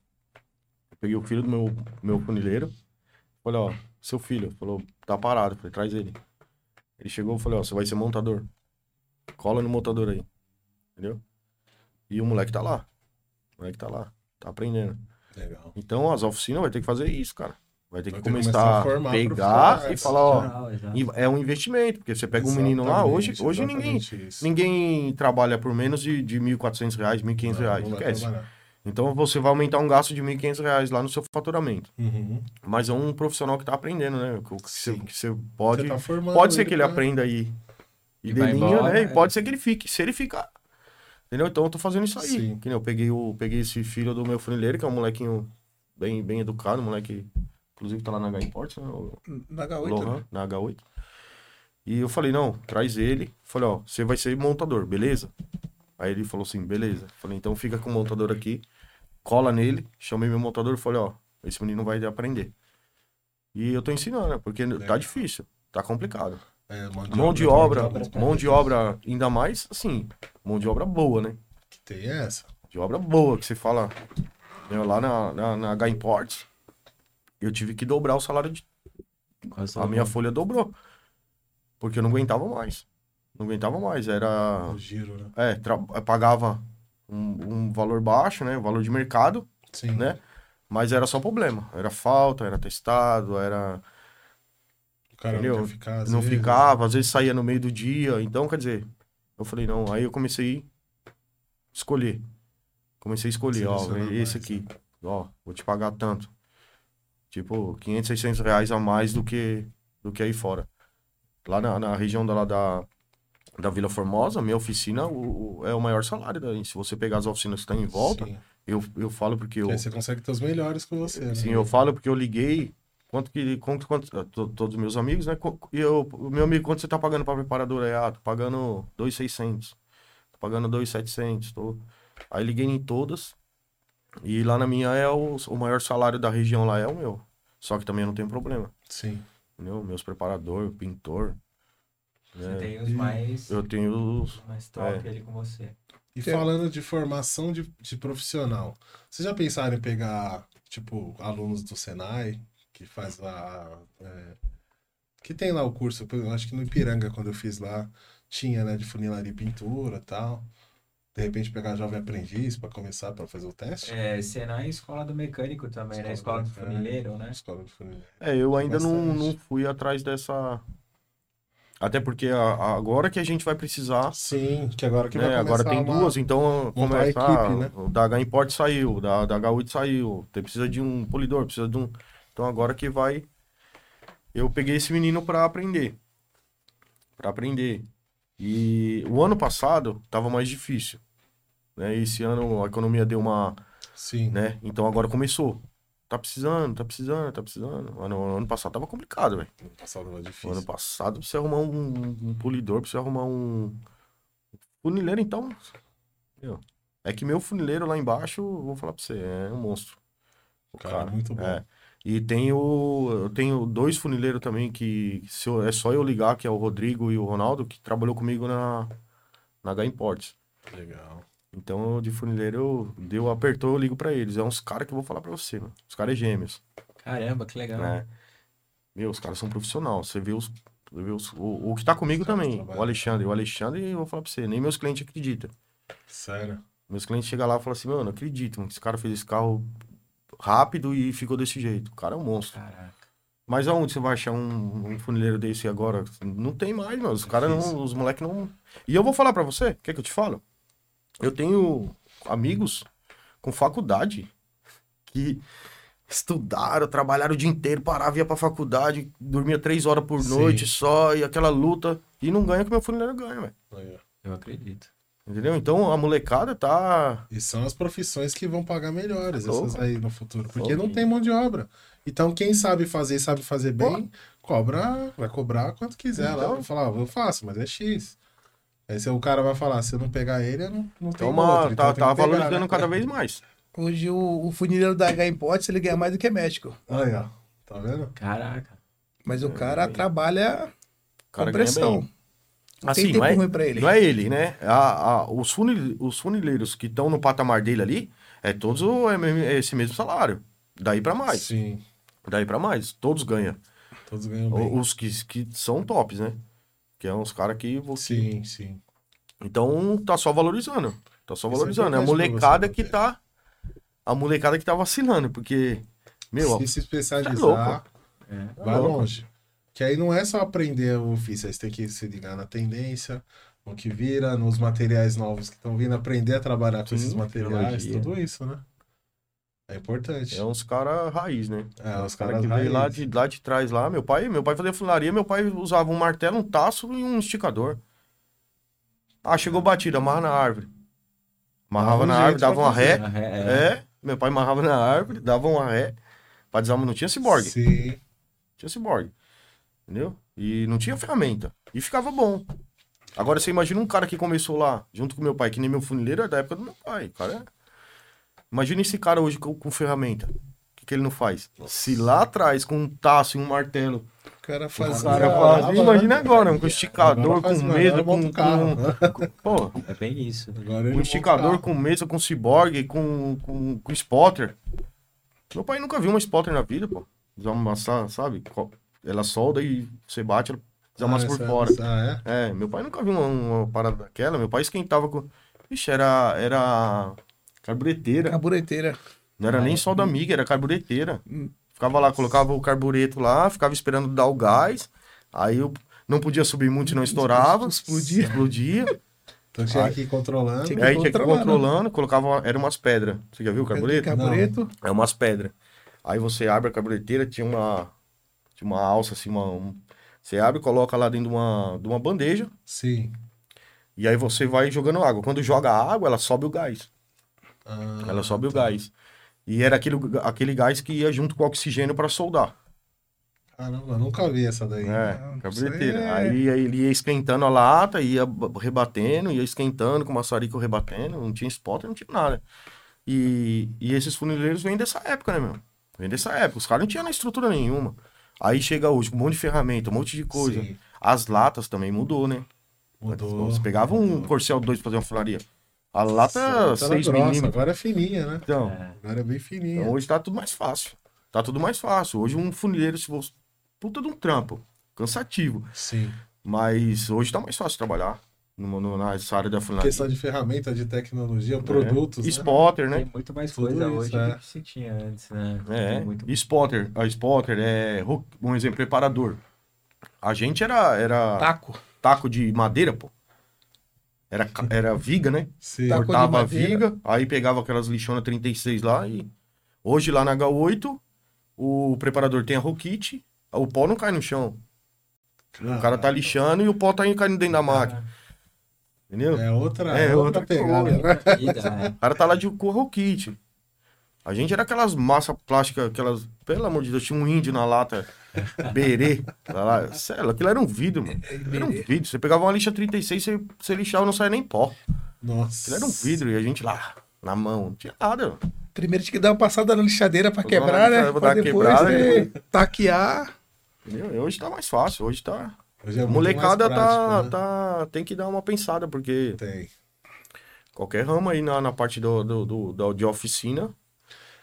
Speaker 3: Eu peguei o filho do meu, meu funileiro. Falei, ó, seu filho. Falou, tá parado. Falei, traz ele. Ele chegou, eu falei, ó, você vai ser montador. Cola no montador aí. Entendeu? E o moleque tá lá. O moleque tá lá. Tá aprendendo.
Speaker 2: Legal.
Speaker 3: Então as oficinas vai ter que fazer isso, cara. Vai ter
Speaker 2: Vai
Speaker 3: que
Speaker 2: ter que
Speaker 3: começar,
Speaker 2: começar a
Speaker 3: a
Speaker 2: formar
Speaker 3: pegar e
Speaker 2: profissionais.
Speaker 3: falar, ó. e É um investimento, porque você pega um menino lá, hoje, hoje ninguém, ninguém trabalha por menos de, de 1.400 reais, 1.500 reais. Esquece. Então você vai aumentar um gasto de R$ 1.500 reais lá no seu faturamento.
Speaker 2: Uhum.
Speaker 3: Mas é um profissional que está aprendendo, né? Que, que, você,
Speaker 2: Sim. tá
Speaker 3: que você pode.
Speaker 2: formando
Speaker 3: pode ser que ele
Speaker 2: pra-
Speaker 3: aprenda aí e
Speaker 1: E
Speaker 3: dê
Speaker 1: vai
Speaker 3: linha,
Speaker 1: embora,
Speaker 3: né? E
Speaker 1: é.
Speaker 3: pode ser que ele fique. Se ele ficar. Entendeu? Então eu tô fazendo isso aí.
Speaker 2: Sim.
Speaker 3: Que nem eu peguei, o, peguei esse filho do meu funileiro, que é um molequinho bem, bem educado, um moleque. Inclusive tá lá na H Imports, né? O
Speaker 4: Na H8, né?
Speaker 3: Lohan, na H8. E eu falei, não, traz ele. Falei, ó, você vai ser montador, beleza? Aí ele falou assim, beleza. Falei, então fica com o montador aqui, cola nele, chamei meu montador e falei, ó, esse menino vai aprender. E eu tô ensinando, né? Porque tá
Speaker 2: Legal.
Speaker 3: difícil, tá complicado.
Speaker 2: É,
Speaker 3: Mão de obra,
Speaker 2: tem
Speaker 1: obra.
Speaker 3: mão de obra ainda mais, assim, mão de obra boa, né?
Speaker 2: que ter essa.
Speaker 3: de obra boa, que você fala. né, lá na, na, na H Imports, eu tive que dobrar o salário de.
Speaker 1: Quase
Speaker 3: A minha folha dobrou. Porque eu não aguentava mais. Não aguentava mais. Era.
Speaker 2: O giro, né?
Speaker 3: É, tra- eu pagava um, um valor baixo, né? Valor de mercado,
Speaker 2: Sim.
Speaker 3: né? Mas era só problema. Era falta, era testado, era.
Speaker 2: O cara
Speaker 3: Entendeu?
Speaker 2: não quer ficar, às
Speaker 3: não
Speaker 2: vezes. né?
Speaker 3: ficava, às vezes saía no meio do dia. Então, quer dizer, eu falei, não. Aí eu comecei a escolher. Comecei a escolher, ó,
Speaker 2: Selecionar mais, né?
Speaker 3: esse aqui. Ó, vou te pagar tanto. Tipo, 500, 600 reais a mais do que, do que aí fora. Lá na, na região da, lá da, da Vila Formosa, minha oficina o, o- é o maior salário. Daí. Se você pegar as oficinas que estão em volta,
Speaker 2: Sim.
Speaker 3: eu, eu falo porque eu...
Speaker 2: Aí você consegue ter os melhores com você, né?
Speaker 3: Sim, eu falo porque eu liguei. Quanto que. Quanto, quanto, a to- todos os meus amigos, né? Co- E eu, o meu amigo, quanto você tá pagando pra preparadora? aí? Ah, tô pagando 2,600. Tô pagando 2,700. Tô... Aí liguei em todas. E lá na minha é o, o maior salário da região lá, é o meu. Só que também eu não tenho problema.
Speaker 2: Sim.
Speaker 3: entendeu? Meus preparadores, o pintor.
Speaker 1: Você
Speaker 3: né?
Speaker 1: tem os mais,
Speaker 3: Eu tenho os.
Speaker 1: mais top
Speaker 3: é.
Speaker 1: ali com você.
Speaker 2: E
Speaker 4: Tem.
Speaker 2: falando de formação de, de profissional, vocês já pensaram em pegar, tipo, alunos do Senai, que faz lá. é, que tem lá o curso, eu acho que no Ipiranga, quando eu fiz lá, tinha, né, de funilaria e pintura e tal. De repente pegar jovem aprendiz para começar, para fazer o teste?
Speaker 1: É, Senai é escola do mecânico também, né? Escola do
Speaker 2: mecânica,
Speaker 1: funileiro, né?
Speaker 2: Escola de funileiro.
Speaker 3: É, eu ainda não,
Speaker 2: Bastante.
Speaker 3: não fui atrás dessa. Até porque a- a- agora que a gente vai precisar.
Speaker 2: Sim, que agora que vai
Speaker 3: né?
Speaker 2: começar
Speaker 3: Agora tem
Speaker 2: uma-
Speaker 3: duas, então
Speaker 2: montar a
Speaker 3: começar.
Speaker 2: equipe, né?
Speaker 3: O da H Import saiu, o da, da H8 saiu. Tem precisa de um polidor, precisa de um. Então agora que vai. Eu peguei esse menino pra aprender. Pra aprender. E o ano passado tava mais difícil. Né? Esse ano a economia deu uma.
Speaker 2: Sim.
Speaker 3: Né? Então agora começou. Tá precisando, tá precisando, tá precisando. Ano, ano passado tava complicado, velho.
Speaker 2: Passado lá
Speaker 3: O ano
Speaker 2: difícil.
Speaker 3: passado, pra você arrumar um, um polidor, pra você arrumar um funileiro, então. meu, é que meu funileiro lá embaixo, eu vou falar pra você, é um monstro. O
Speaker 2: Cara, muito bom.
Speaker 3: é. E tem o, eu tenho dois funileiros também que se eu- é só eu ligar, que é o Rodrigo e o Ronaldo, que trabalhou comigo na, na H Imports.
Speaker 2: Legal.
Speaker 3: Então, de funileiro, eu- deu, apertou, eu ligo pra eles. É uns caras que eu vou falar pra você, mano. Os caras é gêmeos
Speaker 1: Caramba, que legal.
Speaker 3: né? Meu, os caras são profissionais. Você vê os. você vê os- o, o que tá comigo
Speaker 2: Os caras
Speaker 3: também,
Speaker 2: trabalham.
Speaker 3: o Alexandre. O Alexandre, eu vou falar pra você, nem meus clientes acreditam.
Speaker 2: Sério.
Speaker 3: Meus clientes chegam lá e falam assim, mano, não acredito, mano, que esse cara fez esse carro rápido e ficou desse jeito. O cara é um monstro.
Speaker 1: Caraca.
Speaker 3: Mas aonde você vai achar um, um funileiro desse agora? Não tem mais, mano. Os caras
Speaker 2: Difícil.
Speaker 3: não. Os moleques não. E eu vou falar pra você, quer que eu te falo? Eu tenho amigos com faculdade que estudaram, trabalharam o dia inteiro, paravam, ia pra faculdade, dormia três horas por
Speaker 2: Sim.
Speaker 3: noite só, e aquela luta. E não ganha o que meu funileiro ganha, velho.
Speaker 2: Aí, ó.
Speaker 1: Eu acredito.
Speaker 3: Entendeu? Então a molecada tá.
Speaker 2: E são as profissões que vão pagar melhores,
Speaker 3: Tá louco.
Speaker 2: essas aí no futuro. Porque
Speaker 3: Louco.
Speaker 2: não tem mão de obra. Então, quem sabe fazer e sabe fazer bem, cobra, vai cobrar quanto quiser. Lá
Speaker 3: Então.
Speaker 2: vai falar, "Ah, eu faço, mas é X. Aí se o cara vai falar, se eu não pegar ele, eu não, não
Speaker 3: Então,
Speaker 2: tenho
Speaker 3: uma,
Speaker 2: outro.
Speaker 3: tá,
Speaker 2: Então, tem
Speaker 3: tá
Speaker 2: que pegar,
Speaker 3: valorizando
Speaker 2: né?
Speaker 3: cada vez mais.
Speaker 4: Hoje o, o funileiro da H Import, ele ganha mais do que é México.
Speaker 2: Aí, ó. Tá vendo?
Speaker 1: Caraca.
Speaker 4: Mas o
Speaker 3: É,
Speaker 4: cara
Speaker 3: bem.
Speaker 4: trabalha
Speaker 3: O cara
Speaker 4: com
Speaker 3: ganha
Speaker 4: pressão.
Speaker 3: bem.
Speaker 4: Não
Speaker 3: Assim,
Speaker 4: tem tempo
Speaker 3: não é-
Speaker 4: ruim pra ele.
Speaker 3: Não é ele, né? A- a- os, funil, os funileiros que estão no patamar dele ali, é todos o, é mesmo- é esse mesmo salário. Daí pra mais.
Speaker 2: Sim,
Speaker 3: Daí pra mais. Todos ganham.
Speaker 2: todos ganham
Speaker 3: O-
Speaker 2: bem.
Speaker 3: Os que, que são tops, né? Que é uns caras que. vo-
Speaker 2: Sim, sim.
Speaker 3: Então tá só valorizando. Tá só
Speaker 2: Isso é
Speaker 3: valorizando. É a
Speaker 2: importante pra
Speaker 3: molecada
Speaker 2: você
Speaker 3: que
Speaker 2: manter.
Speaker 3: tá. A molecada que tá vacilando, porque. Meu,
Speaker 2: se se especializar,
Speaker 3: tá louco.
Speaker 1: É.
Speaker 2: vai
Speaker 3: louco.
Speaker 2: longe. Que aí não é só aprender o ofício, aí você tem que se ligar na tendência, no que vira, nos materiais novos que estão vindo, aprender a trabalhar com
Speaker 3: Sim,
Speaker 2: esses materiais,
Speaker 3: tecnologia.
Speaker 2: tudo isso, né? É importante.
Speaker 3: é uns caras raiz, né?
Speaker 2: É, os
Speaker 3: Os caras
Speaker 2: caras
Speaker 3: que
Speaker 2: raiz.
Speaker 3: veio lá de, lá de trás lá, meu pai, meu pai fazia funilaria, meu pai usava um martelo, um taço e um esticador. Ah, chegou batida, amarra na árvore.
Speaker 2: Dava
Speaker 3: Amarrava
Speaker 2: um
Speaker 3: na
Speaker 2: jeito
Speaker 3: árvore, dava
Speaker 2: pra
Speaker 3: uma
Speaker 2: fazer,
Speaker 3: ré.
Speaker 1: Ah,
Speaker 3: É.
Speaker 1: é, é.
Speaker 3: meu pai amarrava na árvore, dava uma ré. Pra desarmar, não tinha ciborgue,
Speaker 2: Sim,
Speaker 3: tinha ciborgue. Entendeu? E não tinha ferramenta. E ficava bom. Agora você imagina um cara que começou lá, junto com meu pai, que nem meu funileiro é da época do meu pai, cara. é- Imagina esse cara hoje com, com ferramenta. O que, que ele não faz? Se lá atrás, com um taço e um martelo,
Speaker 4: O cara
Speaker 3: Os
Speaker 4: fazia.
Speaker 3: caras
Speaker 2: Agora,
Speaker 3: fazem-
Speaker 2: né?
Speaker 3: Imagina agora, com um
Speaker 2: Agora
Speaker 3: esticador,
Speaker 2: faz
Speaker 3: com
Speaker 2: melhor,
Speaker 3: mesa,
Speaker 2: monta
Speaker 3: com,
Speaker 2: um carro.
Speaker 3: com, com- pô,
Speaker 1: É bem isso.
Speaker 2: agora ele
Speaker 3: com
Speaker 2: monta
Speaker 3: Um esticador,
Speaker 2: o carro.
Speaker 3: com mesa, com ciborgue, com, com, com spotter. Meu pai nunca viu uma spotter na vida, pô. Desamassar, sabe? Co- Ela solda e você bate, ela desamassa
Speaker 2: Ah,
Speaker 3: por
Speaker 2: essa-
Speaker 3: fora.
Speaker 2: Ah,
Speaker 3: É, meu pai nunca viu uma, uma parada daquela. Meu pai esquentava com... Ixi, era... era... Carbureteira.
Speaker 4: Cabureteira.
Speaker 3: Não era
Speaker 2: Ah,
Speaker 3: nem
Speaker 2: hum.
Speaker 3: solda amiga, era carbureteira. Ficava lá, colocava o carbureto lá, ficava esperando dar o gás. Aí eu não podia subir muito, senão estourava. Explodia. Explodia.
Speaker 2: é? Então tinha que ir controlando.
Speaker 4: Tinha que-
Speaker 3: aí tinha que ir
Speaker 4: Controlando.
Speaker 3: controlando, colocava. Era umas pedras. Você já viu o carbureto?
Speaker 4: Cabureto.
Speaker 3: É umas pedras. Aí você abre a carbureteira, tinha uma. Tinha uma alça, assim, uma. um- você abre, coloca lá dentro de uma, de uma bandeja.
Speaker 2: Sim.
Speaker 3: E aí você vai jogando água. Quando joga a água, ela sobe o gás.
Speaker 2: Ah,
Speaker 3: Ela sobe o
Speaker 2: tá.
Speaker 3: gás. E era aquele, aquele gás que ia junto com o oxigênio para soldar.
Speaker 2: Caramba, nunca vi essa daí. Ah,
Speaker 3: É,
Speaker 4: Não,
Speaker 3: cabureteira.
Speaker 4: isso aí é-
Speaker 3: Aí, aí ele ia esquentando a lata, ia b- rebatendo, ia esquentando com o maçarico rebatendo, não tinha spotter, não tinha nada. E, e esses funileiros vêm dessa época, né, meu? Vêm dessa época. Os caras não tinham estrutura nenhuma. Aí chega hoje com um monte de ferramenta, um monte de coisa.
Speaker 2: Sim,
Speaker 3: As latas também mudou, né?
Speaker 2: mudou.
Speaker 3: Você pegava um Corcel 2 pra fazer uma fularia. A
Speaker 2: Nossa,
Speaker 3: lata
Speaker 2: ela era
Speaker 3: 6
Speaker 2: grossa,
Speaker 3: milímetros.
Speaker 2: Agora é fininha, né?
Speaker 3: Então,
Speaker 2: Agora é bem fininha.
Speaker 3: então, hoje tá tudo mais fácil. Tá tudo mais fácil. Hoje um funileiro, se fosse puta de um trampo, cansativo.
Speaker 2: Sim.
Speaker 3: Mas hoje tá mais fácil trabalhar no, no, nessa área da funilaria.
Speaker 2: Questão de ferramenta, de tecnologia,
Speaker 3: né?
Speaker 2: produtos. né?
Speaker 3: Spotter, né?
Speaker 1: Tem muito mais
Speaker 2: Tudo
Speaker 1: coisa
Speaker 2: isso,
Speaker 1: hoje
Speaker 2: é.
Speaker 1: do que se tinha antes, né?
Speaker 3: É,
Speaker 1: Tem muito...
Speaker 3: e spotter, a spotter é ro- um exemplo preparador. A gente era era
Speaker 4: Taco.
Speaker 3: taco de madeira, pô. Era ca- era viga, né?
Speaker 2: Sim.
Speaker 4: Tá. Taco de
Speaker 3: Cortava a
Speaker 4: madeira.
Speaker 3: viga, aí pegava aquelas lixonas 36 lá e hoje lá na H8 o preparador tem a roquite, o pó não cai no chão.
Speaker 2: Ah,
Speaker 3: O cara tá lixando e o pó tá caindo dentro da máquina, entendeu?
Speaker 2: É outra,
Speaker 3: É
Speaker 2: é outra,
Speaker 3: outra
Speaker 2: pegada,
Speaker 3: coisa.
Speaker 2: né?
Speaker 1: Vida, né?
Speaker 3: O cara tá lá de corro kit. A gente era aquelas massas plásticas, aquelas. Pelo amor de Deus, tinha um índio na lata. Berê. Tá lá. Sério, aquilo era um vidro, mano. Era um vidro. Você pegava uma lixa 36, você, você lixava não saia nem pó.
Speaker 2: Nossa.
Speaker 3: Aquilo era um vidro. E a gente lá, na mão. Não tinha nada.
Speaker 4: Primeiro tinha que dar uma passada na lixadeira pra
Speaker 3: Vou dar uma
Speaker 4: quebrar, né?
Speaker 3: lixada, vou
Speaker 4: Pra
Speaker 3: dar uma
Speaker 4: depois
Speaker 3: quebrada,
Speaker 4: né,
Speaker 3: depois.
Speaker 4: taquear.
Speaker 3: Entendeu? E Hoje tá mais fácil. Hoje tá.
Speaker 2: Hoje é
Speaker 3: A
Speaker 2: muito mais
Speaker 3: molecada tá,
Speaker 2: prático, né?
Speaker 3: tá. Tem que dar uma pensada, porque
Speaker 2: Tem.
Speaker 3: qualquer ramo aí na, na parte do, do, do- da- de oficina.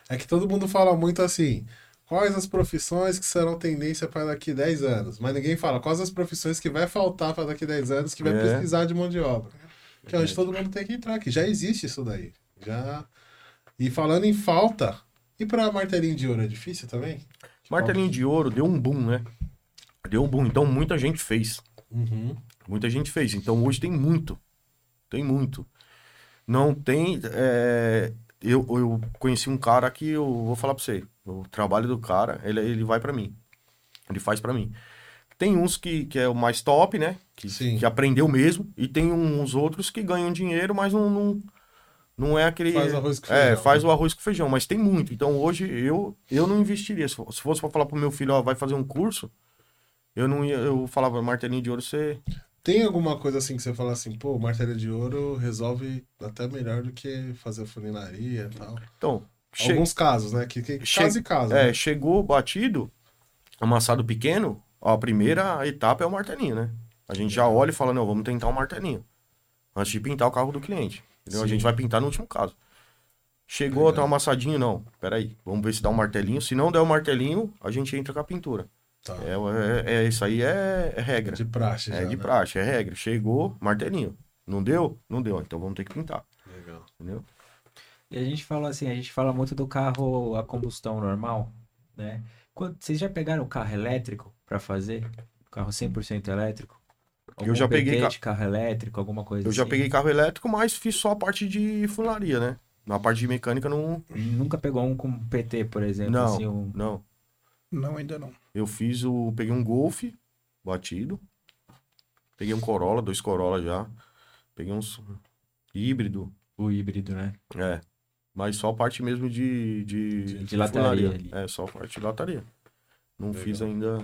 Speaker 2: É que todo mundo fala muito assim. Quais as profissões que serão tendência para daqui 10 anos? Mas ninguém fala quais as profissões que vai faltar para daqui 10 anos que vai
Speaker 3: É.
Speaker 2: precisar de mão de obra. Que é onde todo mundo tem que entrar, que já existe isso daí. Já. E falando em falta, e para martelinho de ouro é difícil também?
Speaker 3: Martelinho de ouro deu um boom, né? Deu um boom. Então muita gente fez.
Speaker 2: Uhum.
Speaker 3: Muita gente fez. Então hoje tem muito. Tem muito. Não tem. é, Eu, eu conheci um cara que eu vou falar pra você. O trabalho do cara, ele, ele vai pra mim. Ele faz pra mim. Tem uns que, que é o mais top, né? Que,
Speaker 2: Sim.
Speaker 3: que aprendeu mesmo. E tem uns outros que ganham dinheiro, mas não, não, não é aquele.
Speaker 2: Faz arroz com
Speaker 3: É,
Speaker 2: feijão.
Speaker 3: faz o arroz com feijão, mas tem muito. Então hoje eu, eu não investiria. Se fo- se fosse pra falar pro meu filho, ó, vai fazer um curso, eu não ia. Eu falava, martelinho de ouro, você.
Speaker 2: Tem alguma coisa assim que você fala assim, pô, martelo de ouro resolve até melhor do que fazer funilaria e tal.
Speaker 3: Então, che-
Speaker 2: Alguns casos, né? Que, que,
Speaker 3: Che-
Speaker 2: caso e caso.
Speaker 3: é,
Speaker 2: né?
Speaker 3: chegou batido, amassado pequeno, ó, a primeira etapa é o martelinho, né? A gente já olha e fala, não, vamos tentar o martelinho. Antes de pintar o carro do cliente. Entendeu? A
Speaker 2: Sim.
Speaker 3: gente vai pintar no último caso. Chegou, tá amassadinho, não. Peraí, vamos ver se dá um martelinho. Se não der o martelinho, a gente entra com a pintura.
Speaker 2: Tá.
Speaker 3: É, é- é- isso aí é, é regra.
Speaker 2: De praxe, já,
Speaker 3: é de
Speaker 2: né?
Speaker 3: praxe, é regra. Chegou, martelinho. Não deu? Não deu. Então vamos ter que pintar.
Speaker 2: Legal.
Speaker 3: Entendeu?
Speaker 1: E a gente fala assim, a gente fala muito do carro a combustão normal, né? Quando, vocês já pegaram o carro elétrico pra fazer? Carro 100% elétrico? Algum
Speaker 3: já peguei
Speaker 1: PT de carro elétrico, alguma coisa
Speaker 3: Eu já
Speaker 1: assim?
Speaker 3: peguei carro elétrico, mas fiz só a parte de funilaria, né? Na parte de mecânica não.
Speaker 1: Nunca pegou um com PT, por exemplo?
Speaker 3: Não.
Speaker 1: Assim, um...
Speaker 3: Não.
Speaker 4: Não, ainda não.
Speaker 3: Eu fiz o. Peguei um Golf batido. Peguei um Corolla, dois Corolla já. Peguei uns híbrido.
Speaker 1: O híbrido, né?
Speaker 3: É. Mas só a parte mesmo de. De,
Speaker 1: De- de lataria
Speaker 3: funilaria. É, só a parte de lataria. Não
Speaker 2: Legal.
Speaker 3: fiz ainda.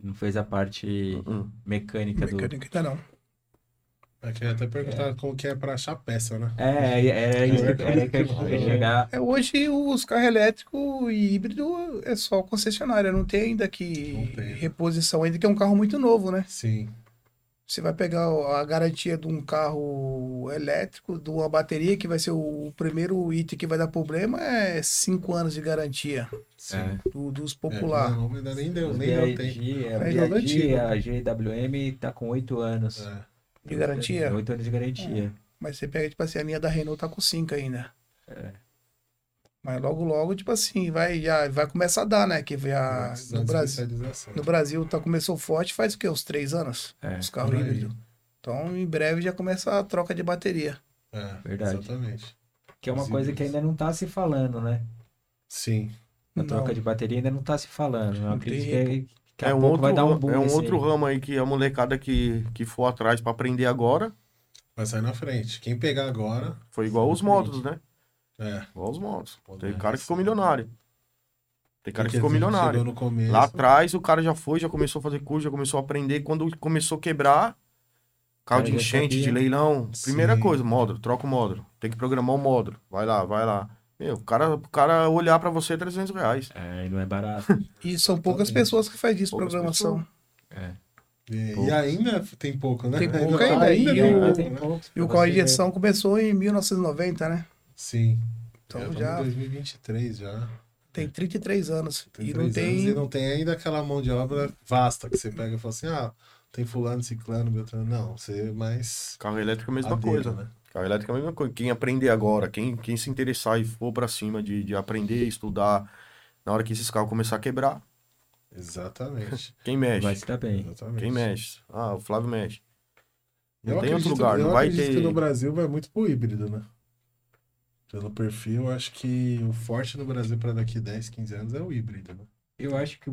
Speaker 1: Não fez a parte
Speaker 3: Hum.
Speaker 1: mecânica do...
Speaker 4: Mecânica ainda não.
Speaker 2: Eu É, queria até perguntar como que é pra achar peça, né?
Speaker 1: É, é, era isso que- era que a gente ia chegar.
Speaker 4: É, hoje os carros elétricos e híbrido é só concessionária. Não tem ainda que
Speaker 2: Não tem. né?
Speaker 4: reposição ainda, que é um carro muito novo, né?
Speaker 2: Sim.
Speaker 4: Você vai pegar o- a garantia de um carro elétrico, de uma bateria, que vai ser o primeiro item que vai dar problema, é cinco anos de garantia
Speaker 2: Sim.
Speaker 1: É.
Speaker 4: do- dos
Speaker 2: É,
Speaker 4: popular.
Speaker 2: Não, ainda nem deu,
Speaker 1: Os
Speaker 2: nem deu tempo.
Speaker 1: BID,
Speaker 4: Mas
Speaker 1: a
Speaker 4: é
Speaker 1: BID,
Speaker 2: antigo.
Speaker 1: a GWM tá com 8 anos.
Speaker 2: É.
Speaker 4: De garantia?
Speaker 1: 8 anos de garantia.
Speaker 4: Mas você pega, tipo assim, a linha da Renault tá com 5 ainda.
Speaker 2: É.
Speaker 4: Mas logo, logo, tipo assim, vai, já, vai começar a dar, né? Que vai a, no, Brasil,
Speaker 2: Especialização.
Speaker 4: no Brasil tá, começou forte faz o quê? Uns 3 anos?
Speaker 1: É,
Speaker 4: Os carros
Speaker 2: por aí.
Speaker 4: híbridos. Então, em breve já começa a troca de bateria.
Speaker 2: É,
Speaker 1: Verdade.
Speaker 2: Exatamente.
Speaker 1: Que é uma
Speaker 2: Os
Speaker 1: coisa que
Speaker 2: híbridos.
Speaker 1: ainda não tá se falando, né?
Speaker 2: Sim.
Speaker 1: Na
Speaker 4: Não.
Speaker 1: troca de bateria ainda não tá se falando. Eu
Speaker 4: Não
Speaker 1: acredito
Speaker 4: tem
Speaker 1: que que a
Speaker 3: É um,
Speaker 1: pouco
Speaker 3: outro,
Speaker 1: vai dar um
Speaker 3: ra-
Speaker 1: boom.
Speaker 3: é um
Speaker 1: esse aí.
Speaker 3: outro ramo aí que a molecada que, que for atrás pra aprender agora
Speaker 2: Vai sair na frente. Quem pegar agora.
Speaker 3: foi igual os motos, né?
Speaker 2: É.
Speaker 3: Igual os motos.
Speaker 2: Pô,
Speaker 3: Tem
Speaker 2: né?
Speaker 3: cara que ficou milionário. Tem cara que
Speaker 2: Porque
Speaker 3: ficou milionário.
Speaker 2: Chegou no começo.
Speaker 3: Lá atrás o cara já foi, já começou a fazer curso, já começou a aprender. Quando começou a quebrar,
Speaker 1: Cara,
Speaker 3: carro de
Speaker 1: já
Speaker 3: enchente,
Speaker 1: sabia.
Speaker 3: de leilão. Primeira
Speaker 2: Sim.
Speaker 3: coisa, módulo, troca o módulo. Tem que programar o módulo. Vai lá, vai lá. Meu, o cara, o cara olhar pra você é 300 reais.
Speaker 1: É, e não é barato.
Speaker 4: E são poucas pessoas que fazem isso,
Speaker 3: Poucas
Speaker 4: programação.
Speaker 2: E,
Speaker 1: Poucos.
Speaker 2: e ainda tem pouco, né?
Speaker 4: Tem pouco
Speaker 2: tá
Speaker 4: ainda, e
Speaker 2: tem
Speaker 4: o-
Speaker 2: pouco,
Speaker 1: tem
Speaker 2: né?
Speaker 1: poucos
Speaker 4: E
Speaker 1: pra
Speaker 4: o
Speaker 1: você
Speaker 4: Corre de
Speaker 1: ver.
Speaker 4: Edição começou em 1990, né?
Speaker 2: Sim.
Speaker 4: Então
Speaker 2: já
Speaker 4: já
Speaker 2: estamos em 2023 já.
Speaker 4: tem 33 anos.
Speaker 2: Tem
Speaker 4: e não
Speaker 2: três anos
Speaker 4: tem.
Speaker 2: e não tem ainda aquela mão de obra vasta que você pega e fala assim, ah, tem fulano, ciclano, beltrano. Não, você é mais...
Speaker 3: Carro elétrico é a mesma
Speaker 2: Madeira,
Speaker 3: coisa, né? Carro elétrico é a mesma coisa. Quem aprender agora, quem, quem se interessar e for pra cima de, de aprender, estudar, na hora que esses carros começar a quebrar,
Speaker 2: Exatamente.
Speaker 3: quem mexe?
Speaker 1: Vai se dar bem.
Speaker 2: Exatamente.
Speaker 3: né? Quem mexe? Ah, o Flávio mexe.
Speaker 2: Eu
Speaker 3: Não tem outro
Speaker 2: acredito-
Speaker 3: lugar, não
Speaker 2: eu
Speaker 3: vai
Speaker 2: acredito
Speaker 3: ter-
Speaker 2: que no Brasil vai muito pro híbrido, né? Pelo perfil, eu acho que o forte no Brasil para daqui 10, 15 anos é o híbrido, né?
Speaker 1: Eu acho que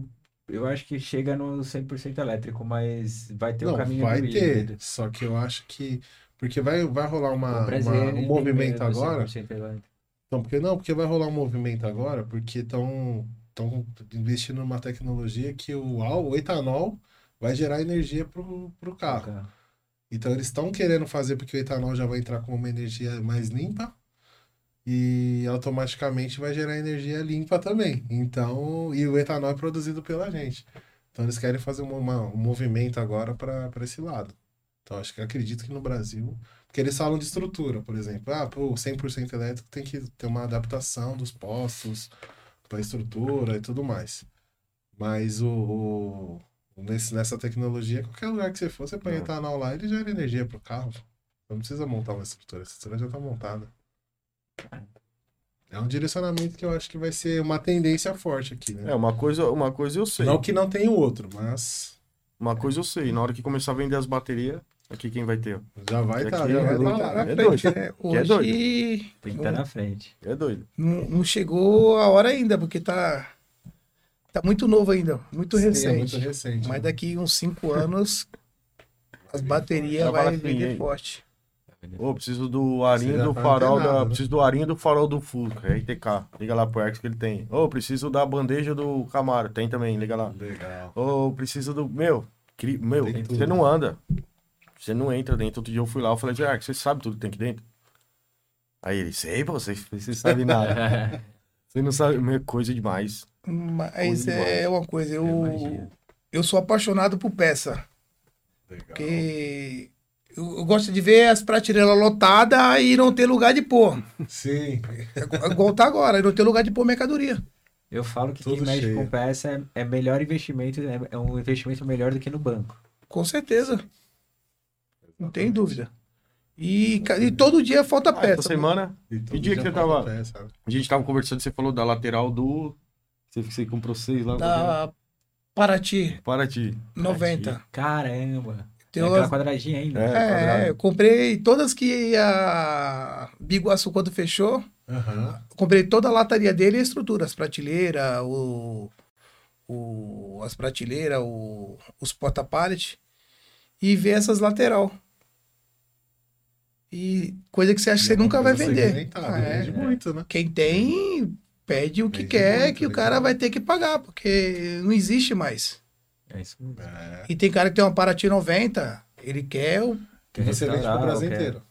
Speaker 1: eu acho que chega no 100% elétrico, mas vai ter o
Speaker 2: não,
Speaker 1: um caminho
Speaker 2: vai
Speaker 1: do
Speaker 2: ter,
Speaker 1: híbrido.
Speaker 2: só que eu acho que... Porque vai, vai rolar uma,
Speaker 1: O Brasil, é
Speaker 2: uma-
Speaker 1: ele
Speaker 2: um
Speaker 1: tem
Speaker 2: movimento
Speaker 1: medo do
Speaker 2: agora...
Speaker 1: 100% elétrico.
Speaker 2: Então, porque não, porque vai rolar um movimento agora, porque estão estão investindo numa tecnologia que o, al- o etanol vai gerar energia pro, pro carro.
Speaker 1: Nunca.
Speaker 2: Então eles estão querendo fazer porque o etanol já vai entrar como uma energia mais limpa e automaticamente vai gerar energia limpa também. Então, e o etanol é produzido pela gente. Então eles querem fazer uma, uma- um movimento agora para esse lado. Então acho que acredito que no Brasil, porque eles falam de estrutura, por exemplo, ah, pro 100% elétrico tem que ter uma adaptação dos postos para estrutura e tudo mais. Mas o, o- nesse, nessa tecnologia, qualquer lugar que você for, você põe
Speaker 3: Não.
Speaker 2: etanol lá, ele gera energia pro carro. Não precisa montar uma estrutura, essa estrutura já está montada. É um direcionamento que eu acho que vai ser uma tendência forte aqui, né?
Speaker 3: É, uma coisa, uma coisa eu sei.
Speaker 2: Não que não tenha o outro, mas
Speaker 3: Uma coisa eu sei. Na hora que começar a vender as baterias, aqui quem vai ter? ó.
Speaker 2: já vai
Speaker 3: Aqui
Speaker 2: estar,
Speaker 3: é
Speaker 2: já vai
Speaker 3: doido.
Speaker 2: tá lá.
Speaker 4: Tá na
Speaker 3: É
Speaker 4: frente,
Speaker 3: doido.
Speaker 4: né?
Speaker 3: é
Speaker 4: Hoje
Speaker 3: doido.
Speaker 1: Tem que estar na frente.
Speaker 3: É doido.
Speaker 4: não, não chegou a hora ainda, porque tá. Tá muito novo ainda, muito
Speaker 2: Sim, é
Speaker 4: recente.
Speaker 2: muito recente.
Speaker 4: Mas
Speaker 2: né?
Speaker 4: daqui uns 5 anos as baterias
Speaker 3: Já
Speaker 4: vai
Speaker 3: fala que
Speaker 4: vender
Speaker 3: ninguém.
Speaker 4: forte.
Speaker 3: Ô, preciso do
Speaker 2: Você
Speaker 3: arinho
Speaker 2: já
Speaker 3: do
Speaker 2: tá
Speaker 3: farol
Speaker 2: antenado,
Speaker 3: da.
Speaker 2: né?
Speaker 3: Preciso do arinho do farol do Fusca, RTK. Liga lá pro Erx que ele tem. Ô, preciso da bandeja do Camaro. Tem também, liga lá.
Speaker 2: Legal.
Speaker 3: Ô, preciso do. Meu, cri- meu,
Speaker 2: Tem tudo.
Speaker 3: você não anda. Você não entra dentro. Outro dia eu fui lá, eu falei, Erx, você sabe tudo que tem aqui dentro? Aí ele, sei, pô, você, você sabe nada. você não sabe. Meu, coisa demais.
Speaker 4: Mas
Speaker 3: Coisa
Speaker 4: é uma coisa, eu,
Speaker 1: magia.
Speaker 4: eu sou apaixonado por peça.
Speaker 2: Legal.
Speaker 4: Porque eu, eu gosto de ver as prateleiras lotadas e não ter lugar de pôr.
Speaker 2: Sim,
Speaker 4: É igual- igual tá agora, e não ter lugar de pôr mercadoria.
Speaker 1: Eu falo que
Speaker 2: Tudo
Speaker 1: quem mexe
Speaker 2: cheio.
Speaker 1: com peça é, é melhor investimento, é, é um investimento melhor do que no banco.
Speaker 4: Com certeza. Não tem dúvida. E, ca- e todo dia falta
Speaker 3: Ah, essa
Speaker 4: peça.
Speaker 3: semana.
Speaker 2: e todo
Speaker 3: dia que
Speaker 2: já
Speaker 3: você
Speaker 2: falta
Speaker 3: tava-
Speaker 2: peça.
Speaker 3: A gente tava conversando, você falou da lateral do. Você, você comprou seis lá.
Speaker 4: Da Paraty
Speaker 3: Para ti.
Speaker 4: 90.
Speaker 1: Caramba. Tem É
Speaker 4: Tem
Speaker 2: um
Speaker 1: aquela
Speaker 4: umas-
Speaker 1: quadradinha né? ainda.
Speaker 3: É,
Speaker 4: É,
Speaker 3: quadrado.
Speaker 4: eu comprei todas que a Biguaçu quando fechou.
Speaker 2: Aham.
Speaker 4: comprei toda a lataria dele e a estrutura, as prateleiras, o, o, as prateleiras, o, os porta-pallet e ver essas lateral. E coisa que você acha que você nunca vai
Speaker 2: é Coisa
Speaker 4: vender.
Speaker 2: segmentada,
Speaker 4: Ah, é.
Speaker 2: Vende muito, né?
Speaker 4: Quem tem, pede o que
Speaker 2: Vende
Speaker 4: quer,
Speaker 2: muito, né?
Speaker 4: que o
Speaker 2: legal.
Speaker 4: cara vai ter que pagar, porque não existe mais.
Speaker 1: É isso mesmo.
Speaker 2: É.
Speaker 4: E tem cara que tem uma Paraty 90, ele quer o
Speaker 2: Que você vende É pro
Speaker 1: restaurar,
Speaker 4: é.
Speaker 2: Brasil
Speaker 1: quer-
Speaker 2: inteiro.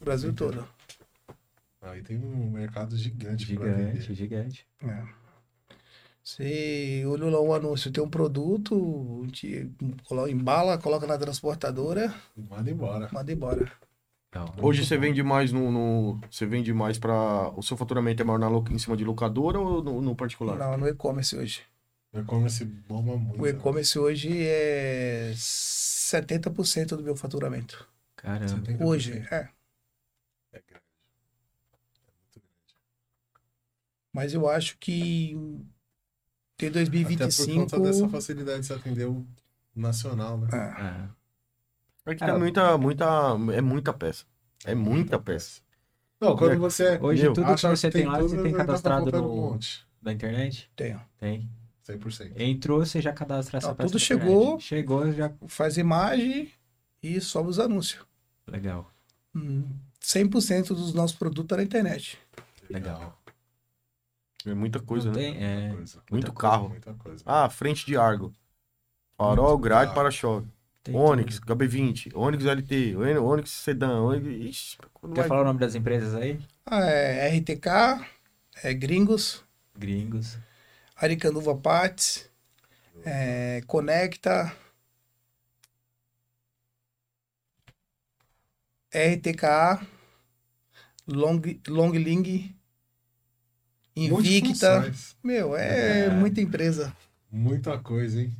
Speaker 4: o Brasil todo.
Speaker 2: Aí tem um mercado gigante, pra vender.
Speaker 1: Gigante, gigante.
Speaker 4: É. Você olhou lá um anúncio, tem um produto, te colo- embala, coloca na transportadora,
Speaker 2: Manda embora.
Speaker 4: manda embora.
Speaker 1: Então,
Speaker 3: Hoje você vende mais no, no- Você vende mais pra. O seu faturamento é maior na, loca- em cima de locadora ou no, no particular?
Speaker 4: Não, no e-commerce hoje.
Speaker 2: O e-commerce bomba muito.
Speaker 4: O e-commerce hoje é 70% do meu faturamento.
Speaker 1: Caramba.
Speaker 2: Você tem que-
Speaker 4: Hoje, é.
Speaker 2: É grande. É muito grande.
Speaker 4: Mas eu acho que até
Speaker 2: Até por conta
Speaker 4: 2025.
Speaker 2: dessa facilidade de se atender o nacional, né?
Speaker 4: É.
Speaker 1: Ah,
Speaker 3: É que
Speaker 1: É.
Speaker 3: tá muita, muita. É muita peça. É muita peça.
Speaker 2: Não, quando você
Speaker 1: Hoje
Speaker 3: Meu,
Speaker 1: tudo que
Speaker 2: acha
Speaker 1: você tem lá,
Speaker 2: tudo,
Speaker 1: você tem
Speaker 2: ainda tá
Speaker 1: cadastrado
Speaker 2: faltando um
Speaker 1: no,
Speaker 2: monte.
Speaker 1: na internet?
Speaker 4: Tenho.
Speaker 1: Tem.
Speaker 2: 100%.
Speaker 1: Entrou, você já cadastra essa
Speaker 4: Não,
Speaker 1: peça
Speaker 4: tudo
Speaker 1: na
Speaker 4: chegou.
Speaker 1: internet. Chegou, já.
Speaker 4: Faz imagem e sobe os anúncios.
Speaker 1: Legal,
Speaker 4: Hum, 100% dos nossos produtos tá na internet.
Speaker 1: legal.
Speaker 3: É muita coisa,
Speaker 1: Não
Speaker 3: né?
Speaker 1: tem, é,
Speaker 2: Coisa.
Speaker 3: Muito
Speaker 1: muita
Speaker 3: carro.
Speaker 2: Muita coisa.
Speaker 3: Ah, frente de Argo. Farol,
Speaker 2: Muito
Speaker 3: grade,
Speaker 2: carro.
Speaker 3: para-choque.
Speaker 1: tem
Speaker 3: Onix,
Speaker 1: tudo.
Speaker 3: HB20, Onix LT, Onix Sedan, Onix. Ixi, quando
Speaker 1: Quer
Speaker 3: vai-
Speaker 1: falar o nome das empresas aí?
Speaker 4: Ah, é RTK, é, Gringos,
Speaker 1: Gringos.
Speaker 4: Aricanduva Parts, é, Conecta, RTK, Long, Longling, Invicta.
Speaker 2: Multifunções.
Speaker 4: Meu, é,
Speaker 1: É.
Speaker 4: muita empresa.
Speaker 2: Muita coisa, hein?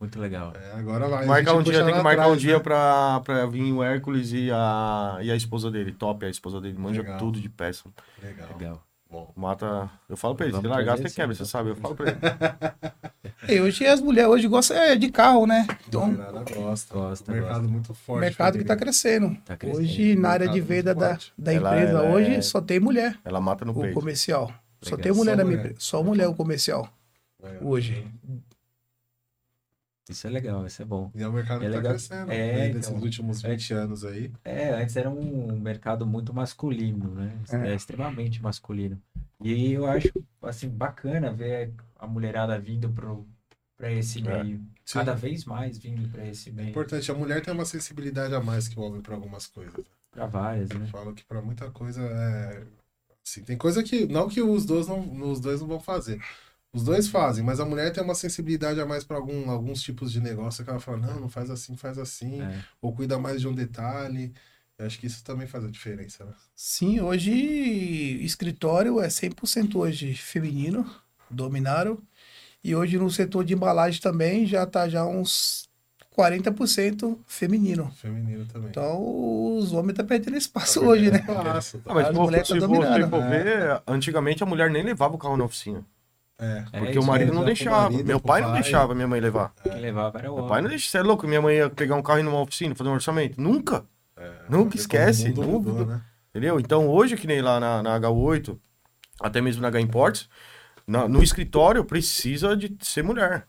Speaker 1: Muito legal.
Speaker 2: É, agora vai. a
Speaker 3: Marcar
Speaker 2: gente
Speaker 3: um dia,
Speaker 2: puxa
Speaker 3: tem
Speaker 2: lá
Speaker 3: que marcar um
Speaker 2: atrás,
Speaker 3: dia
Speaker 2: né?
Speaker 3: pra, pra vir o Hércules e a, e a esposa dele. Top, a esposa dele manja
Speaker 2: Legal.
Speaker 3: tudo de peça.
Speaker 2: Legal.
Speaker 1: Legal.
Speaker 2: Bom.
Speaker 3: Mata. Eu falo pra ele, se
Speaker 1: Vamos
Speaker 3: largar,
Speaker 1: trazer
Speaker 3: você
Speaker 1: sim,
Speaker 3: quebra,
Speaker 1: então.
Speaker 3: você sabe? Eu falo pra ele.
Speaker 4: E hoje as mulheres hoje gostam é, de carro, né? Então,
Speaker 2: Galera gosta.
Speaker 1: Gosta,
Speaker 2: mercado
Speaker 1: gosta.
Speaker 2: muito
Speaker 4: o
Speaker 2: forte.
Speaker 4: mercado que tá crescendo.
Speaker 1: Tá crescendo.
Speaker 4: Hoje, na área de
Speaker 2: mercado
Speaker 4: venda
Speaker 2: muito
Speaker 4: da,
Speaker 2: forte.
Speaker 4: da
Speaker 3: Ela-
Speaker 4: empresa,
Speaker 3: ela
Speaker 4: hoje
Speaker 3: é-
Speaker 4: só tem mulher,
Speaker 3: Ela mata no
Speaker 4: o
Speaker 3: peito.
Speaker 4: comercial. Só
Speaker 1: Legal.
Speaker 4: tem mulher
Speaker 2: Só
Speaker 4: na minha
Speaker 2: mulher.
Speaker 4: empresa. Só mulher o comercial,
Speaker 2: crescendo.
Speaker 4: hoje.
Speaker 1: Isso é legal, isso é bom.
Speaker 2: E é o mercado
Speaker 1: É
Speaker 2: que tá
Speaker 1: legal.
Speaker 2: crescendo.
Speaker 1: É,
Speaker 2: né,
Speaker 1: então.
Speaker 2: Nesses últimos 20 anos aí.
Speaker 1: É, antes era um mercado muito masculino, né?
Speaker 4: É.
Speaker 1: É extremamente masculino. E eu acho, assim, bacana ver a mulherada vindo pro, pra esse
Speaker 3: É.
Speaker 1: meio.
Speaker 2: Sim.
Speaker 1: Cada vez mais vindo pra esse
Speaker 2: É
Speaker 1: meio.
Speaker 2: importante, a mulher tem uma sensibilidade a mais que o homem pra algumas coisas.
Speaker 1: Pra várias, né?
Speaker 2: Falo que pra muita coisa é. Assim, tem coisa que. Não que os dois não, os dois não vão fazer. Os dois fazem, mas a mulher tem uma sensibilidade a mais pra algum, alguns tipos de negócio que ela fala, não, não faz assim, faz assim,
Speaker 1: É.
Speaker 2: ou cuida mais de um detalhe. Eu acho que isso também faz a diferença, né?
Speaker 4: Sim, hoje escritório é 100% hoje feminino, dominaram. E hoje no setor de embalagem também já tá já uns 40% feminino.
Speaker 2: Feminino também.
Speaker 4: Então os homens tá perdendo espaço
Speaker 2: Tá
Speaker 4: hoje,
Speaker 2: perdendo
Speaker 4: né?
Speaker 2: espaço, tá?
Speaker 3: Ah,
Speaker 2: né?
Speaker 3: mas
Speaker 4: As
Speaker 3: se for-
Speaker 4: mulheres
Speaker 3: se
Speaker 4: tá
Speaker 3: for- se
Speaker 4: dominando.
Speaker 3: for ver, antigamente a mulher nem levava o carro na oficina.
Speaker 2: É.
Speaker 1: É
Speaker 3: Porque
Speaker 1: isso
Speaker 3: o marido
Speaker 1: mesmo.
Speaker 3: não
Speaker 2: pro
Speaker 3: deixava.
Speaker 2: marido,
Speaker 3: Meu
Speaker 2: pro
Speaker 3: pai não
Speaker 2: pai.
Speaker 3: deixava minha mãe levar.
Speaker 1: Quem levava era o
Speaker 3: Meu
Speaker 1: homem.
Speaker 3: pai não deixa. Você é louco? Minha mãe ia pegar um carro e ir numa oficina, fazer um orçamento? Nunca. Nunca
Speaker 2: Porque
Speaker 3: esquece,
Speaker 2: como o É, mundo mudou,
Speaker 3: nunca.
Speaker 2: né?
Speaker 3: Entendeu? Então hoje, que nem lá na, na H8, até mesmo na H Imports, na- no escritório precisa de ser mulher.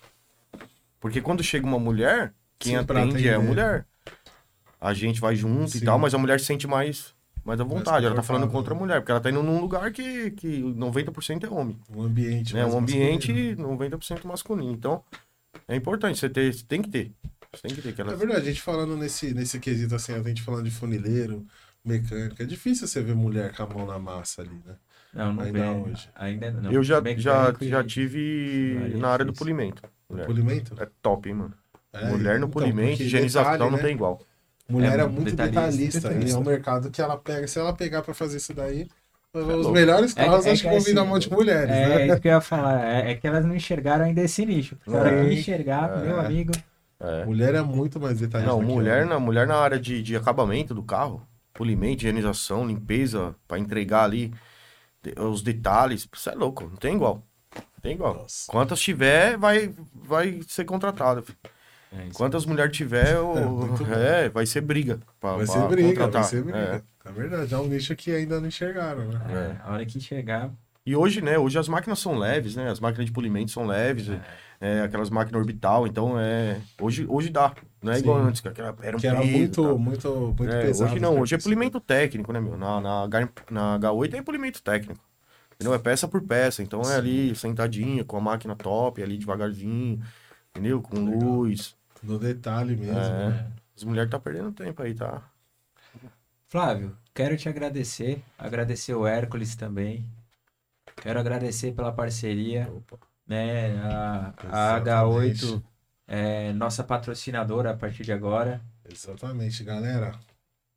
Speaker 3: Porque quando chega uma mulher, quem
Speaker 2: Sim, pra
Speaker 3: atende é a
Speaker 2: atender.
Speaker 3: mulher. A gente vai junto e
Speaker 2: Sim.
Speaker 3: tal, mas a mulher se sente mais, mais à vontade. ela tá falando
Speaker 2: confortável,
Speaker 3: contra a
Speaker 2: né?
Speaker 3: mulher, porque ela tá indo num lugar que, que 90% é homem.
Speaker 2: Um ambiente.
Speaker 3: né?
Speaker 2: mais
Speaker 3: Um ambiente
Speaker 2: masculino.
Speaker 3: 90% masculino. Então, é importante você ter, você tem que ter. Você tem que ter que
Speaker 2: É
Speaker 3: ela...
Speaker 2: verdade, a gente falando nesse, nesse quesito assim, a gente falando de funileiro, mecânico, é difícil você ver mulher com a mão na massa ali, né?
Speaker 1: Não, não
Speaker 2: Ainda
Speaker 1: vê.
Speaker 2: hoje.
Speaker 1: Ainda não.
Speaker 3: Eu já,
Speaker 1: Mecânico
Speaker 3: já,
Speaker 1: e-
Speaker 2: é
Speaker 3: já tive
Speaker 1: Maria,
Speaker 3: na área do
Speaker 1: isso.
Speaker 3: polimento. mulher.
Speaker 2: Polimento?
Speaker 3: É top, hein, mano.
Speaker 2: É,
Speaker 3: Mulher no
Speaker 2: então,
Speaker 3: polimento,
Speaker 2: porque
Speaker 3: higienização
Speaker 2: detalhe,
Speaker 3: não
Speaker 2: né?
Speaker 3: tem igual.
Speaker 2: Mulher é,
Speaker 1: É,
Speaker 2: muito
Speaker 1: detalhista.
Speaker 2: detalhista, e é
Speaker 1: Detalhista.
Speaker 2: um mercado que ela pega, se ela pegar pra fazer isso daí, os
Speaker 3: louco.
Speaker 2: melhores
Speaker 1: É-
Speaker 2: carros
Speaker 1: é
Speaker 2: acho que
Speaker 1: que
Speaker 2: vão vir da
Speaker 1: assim,
Speaker 2: mão de mulheres,
Speaker 1: É,
Speaker 2: né?
Speaker 1: isso que eu ia falar. É, é que elas não enxergaram ainda esse nicho. Se ela
Speaker 2: É.
Speaker 1: enxergar, meu
Speaker 2: É.
Speaker 1: amigo.
Speaker 3: É.
Speaker 2: Mulher é muito mais detalhista.
Speaker 3: Não,
Speaker 2: que
Speaker 3: mulher
Speaker 2: homem.
Speaker 3: na, mulher na área de, de acabamento do carro, polimento, higienização, limpeza, pra entregar ali de- os detalhes. Isso é louco, não tem igual. Não tem igual.
Speaker 2: Nossa.
Speaker 3: Quantas tiver, vai, vai ser contratada. filho.
Speaker 1: É isso.
Speaker 3: Quantas mulheres tiver, o-
Speaker 2: É, muito bom.
Speaker 3: é, vai ser briga. pra-
Speaker 2: Vai ser
Speaker 3: pra
Speaker 2: briga,
Speaker 3: contratar.
Speaker 2: vai ser
Speaker 3: É.
Speaker 2: briga. É. verdade, é um nicho que ainda não enxergaram, né?
Speaker 1: É, a hora que enxergar,
Speaker 3: E hoje, né? Hoje as máquinas são leves, né? As máquinas de polimento são leves, é, aquelas máquinas orbital. Então, é hoje, hoje dá. Não é
Speaker 2: Sim.
Speaker 3: igual antes, que era, era um
Speaker 2: Que era
Speaker 3: peso,
Speaker 2: muito,
Speaker 3: tal.
Speaker 2: muito, muito
Speaker 3: É,
Speaker 2: pesado.
Speaker 3: hoje não,
Speaker 2: né?
Speaker 3: hoje é polimento técnico, né, meu? Na, na, H- na H8 é polimento técnico. Entendeu? É peça por peça. Então é ali sentadinha, com a máquina top, ali devagarzinho, entendeu? Com luz.
Speaker 2: No detalhe mesmo.
Speaker 3: É.
Speaker 2: Tá né?
Speaker 3: As mulheres tá perdendo tempo aí, tá?
Speaker 1: Flávio, quero te agradecer, agradecer o Hércules também. Quero agradecer pela parceria, né? A, a H8
Speaker 2: Exatamente.
Speaker 1: é nossa patrocinadora a partir de agora.
Speaker 2: Exatamente, galera.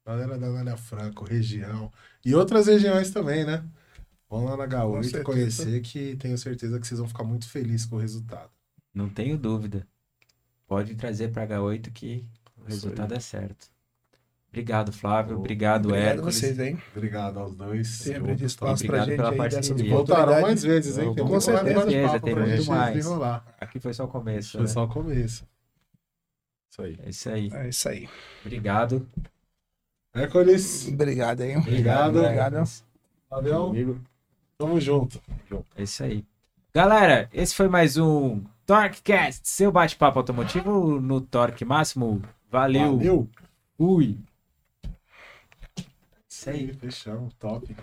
Speaker 2: Galera da Anália Franco, região. E outras regiões também, né? Vão lá na
Speaker 4: Com
Speaker 2: H8
Speaker 4: certeza.
Speaker 2: conhecer que tenho certeza que vocês vão ficar muito felizes com o resultado.
Speaker 1: Não tenho dúvida. Pode trazer para H8 que o resultado é certo. Obrigado, Flávio. Obrigado,
Speaker 4: Obrigado a
Speaker 1: Hércules.
Speaker 4: vocês, hein?
Speaker 2: Obrigado aos dois.
Speaker 4: Sempre de espaço pra
Speaker 1: Obrigado
Speaker 4: gente
Speaker 1: pela
Speaker 4: aí dessa
Speaker 1: parceria.
Speaker 2: Voltarão
Speaker 4: oportunidade.
Speaker 2: mais vezes, hein?
Speaker 3: Eu
Speaker 2: Tem
Speaker 3: vou-
Speaker 2: muito
Speaker 4: Com
Speaker 2: mais
Speaker 4: certeza,
Speaker 2: bate-papo
Speaker 1: tem
Speaker 2: pra
Speaker 1: muito
Speaker 2: gente
Speaker 1: mais.
Speaker 2: desenrolar.
Speaker 1: Aqui foi só o começo,
Speaker 2: Foi
Speaker 1: né?
Speaker 2: só o começo.
Speaker 3: Isso aí.
Speaker 1: É isso aí.
Speaker 4: É isso aí.
Speaker 1: Obrigado.
Speaker 2: Hércules,
Speaker 4: Obrigado, hein?
Speaker 2: Obrigado.
Speaker 1: Hércules.
Speaker 2: Fabião,
Speaker 3: Comigo.
Speaker 2: tamo junto.
Speaker 1: É isso aí. Galera, esse foi mais um TorqueCast, seu bate-papo automotivo no Torque Máximo. Valeu.
Speaker 2: Valeu.
Speaker 1: Fui. Isso aí.
Speaker 2: Fechamos, top.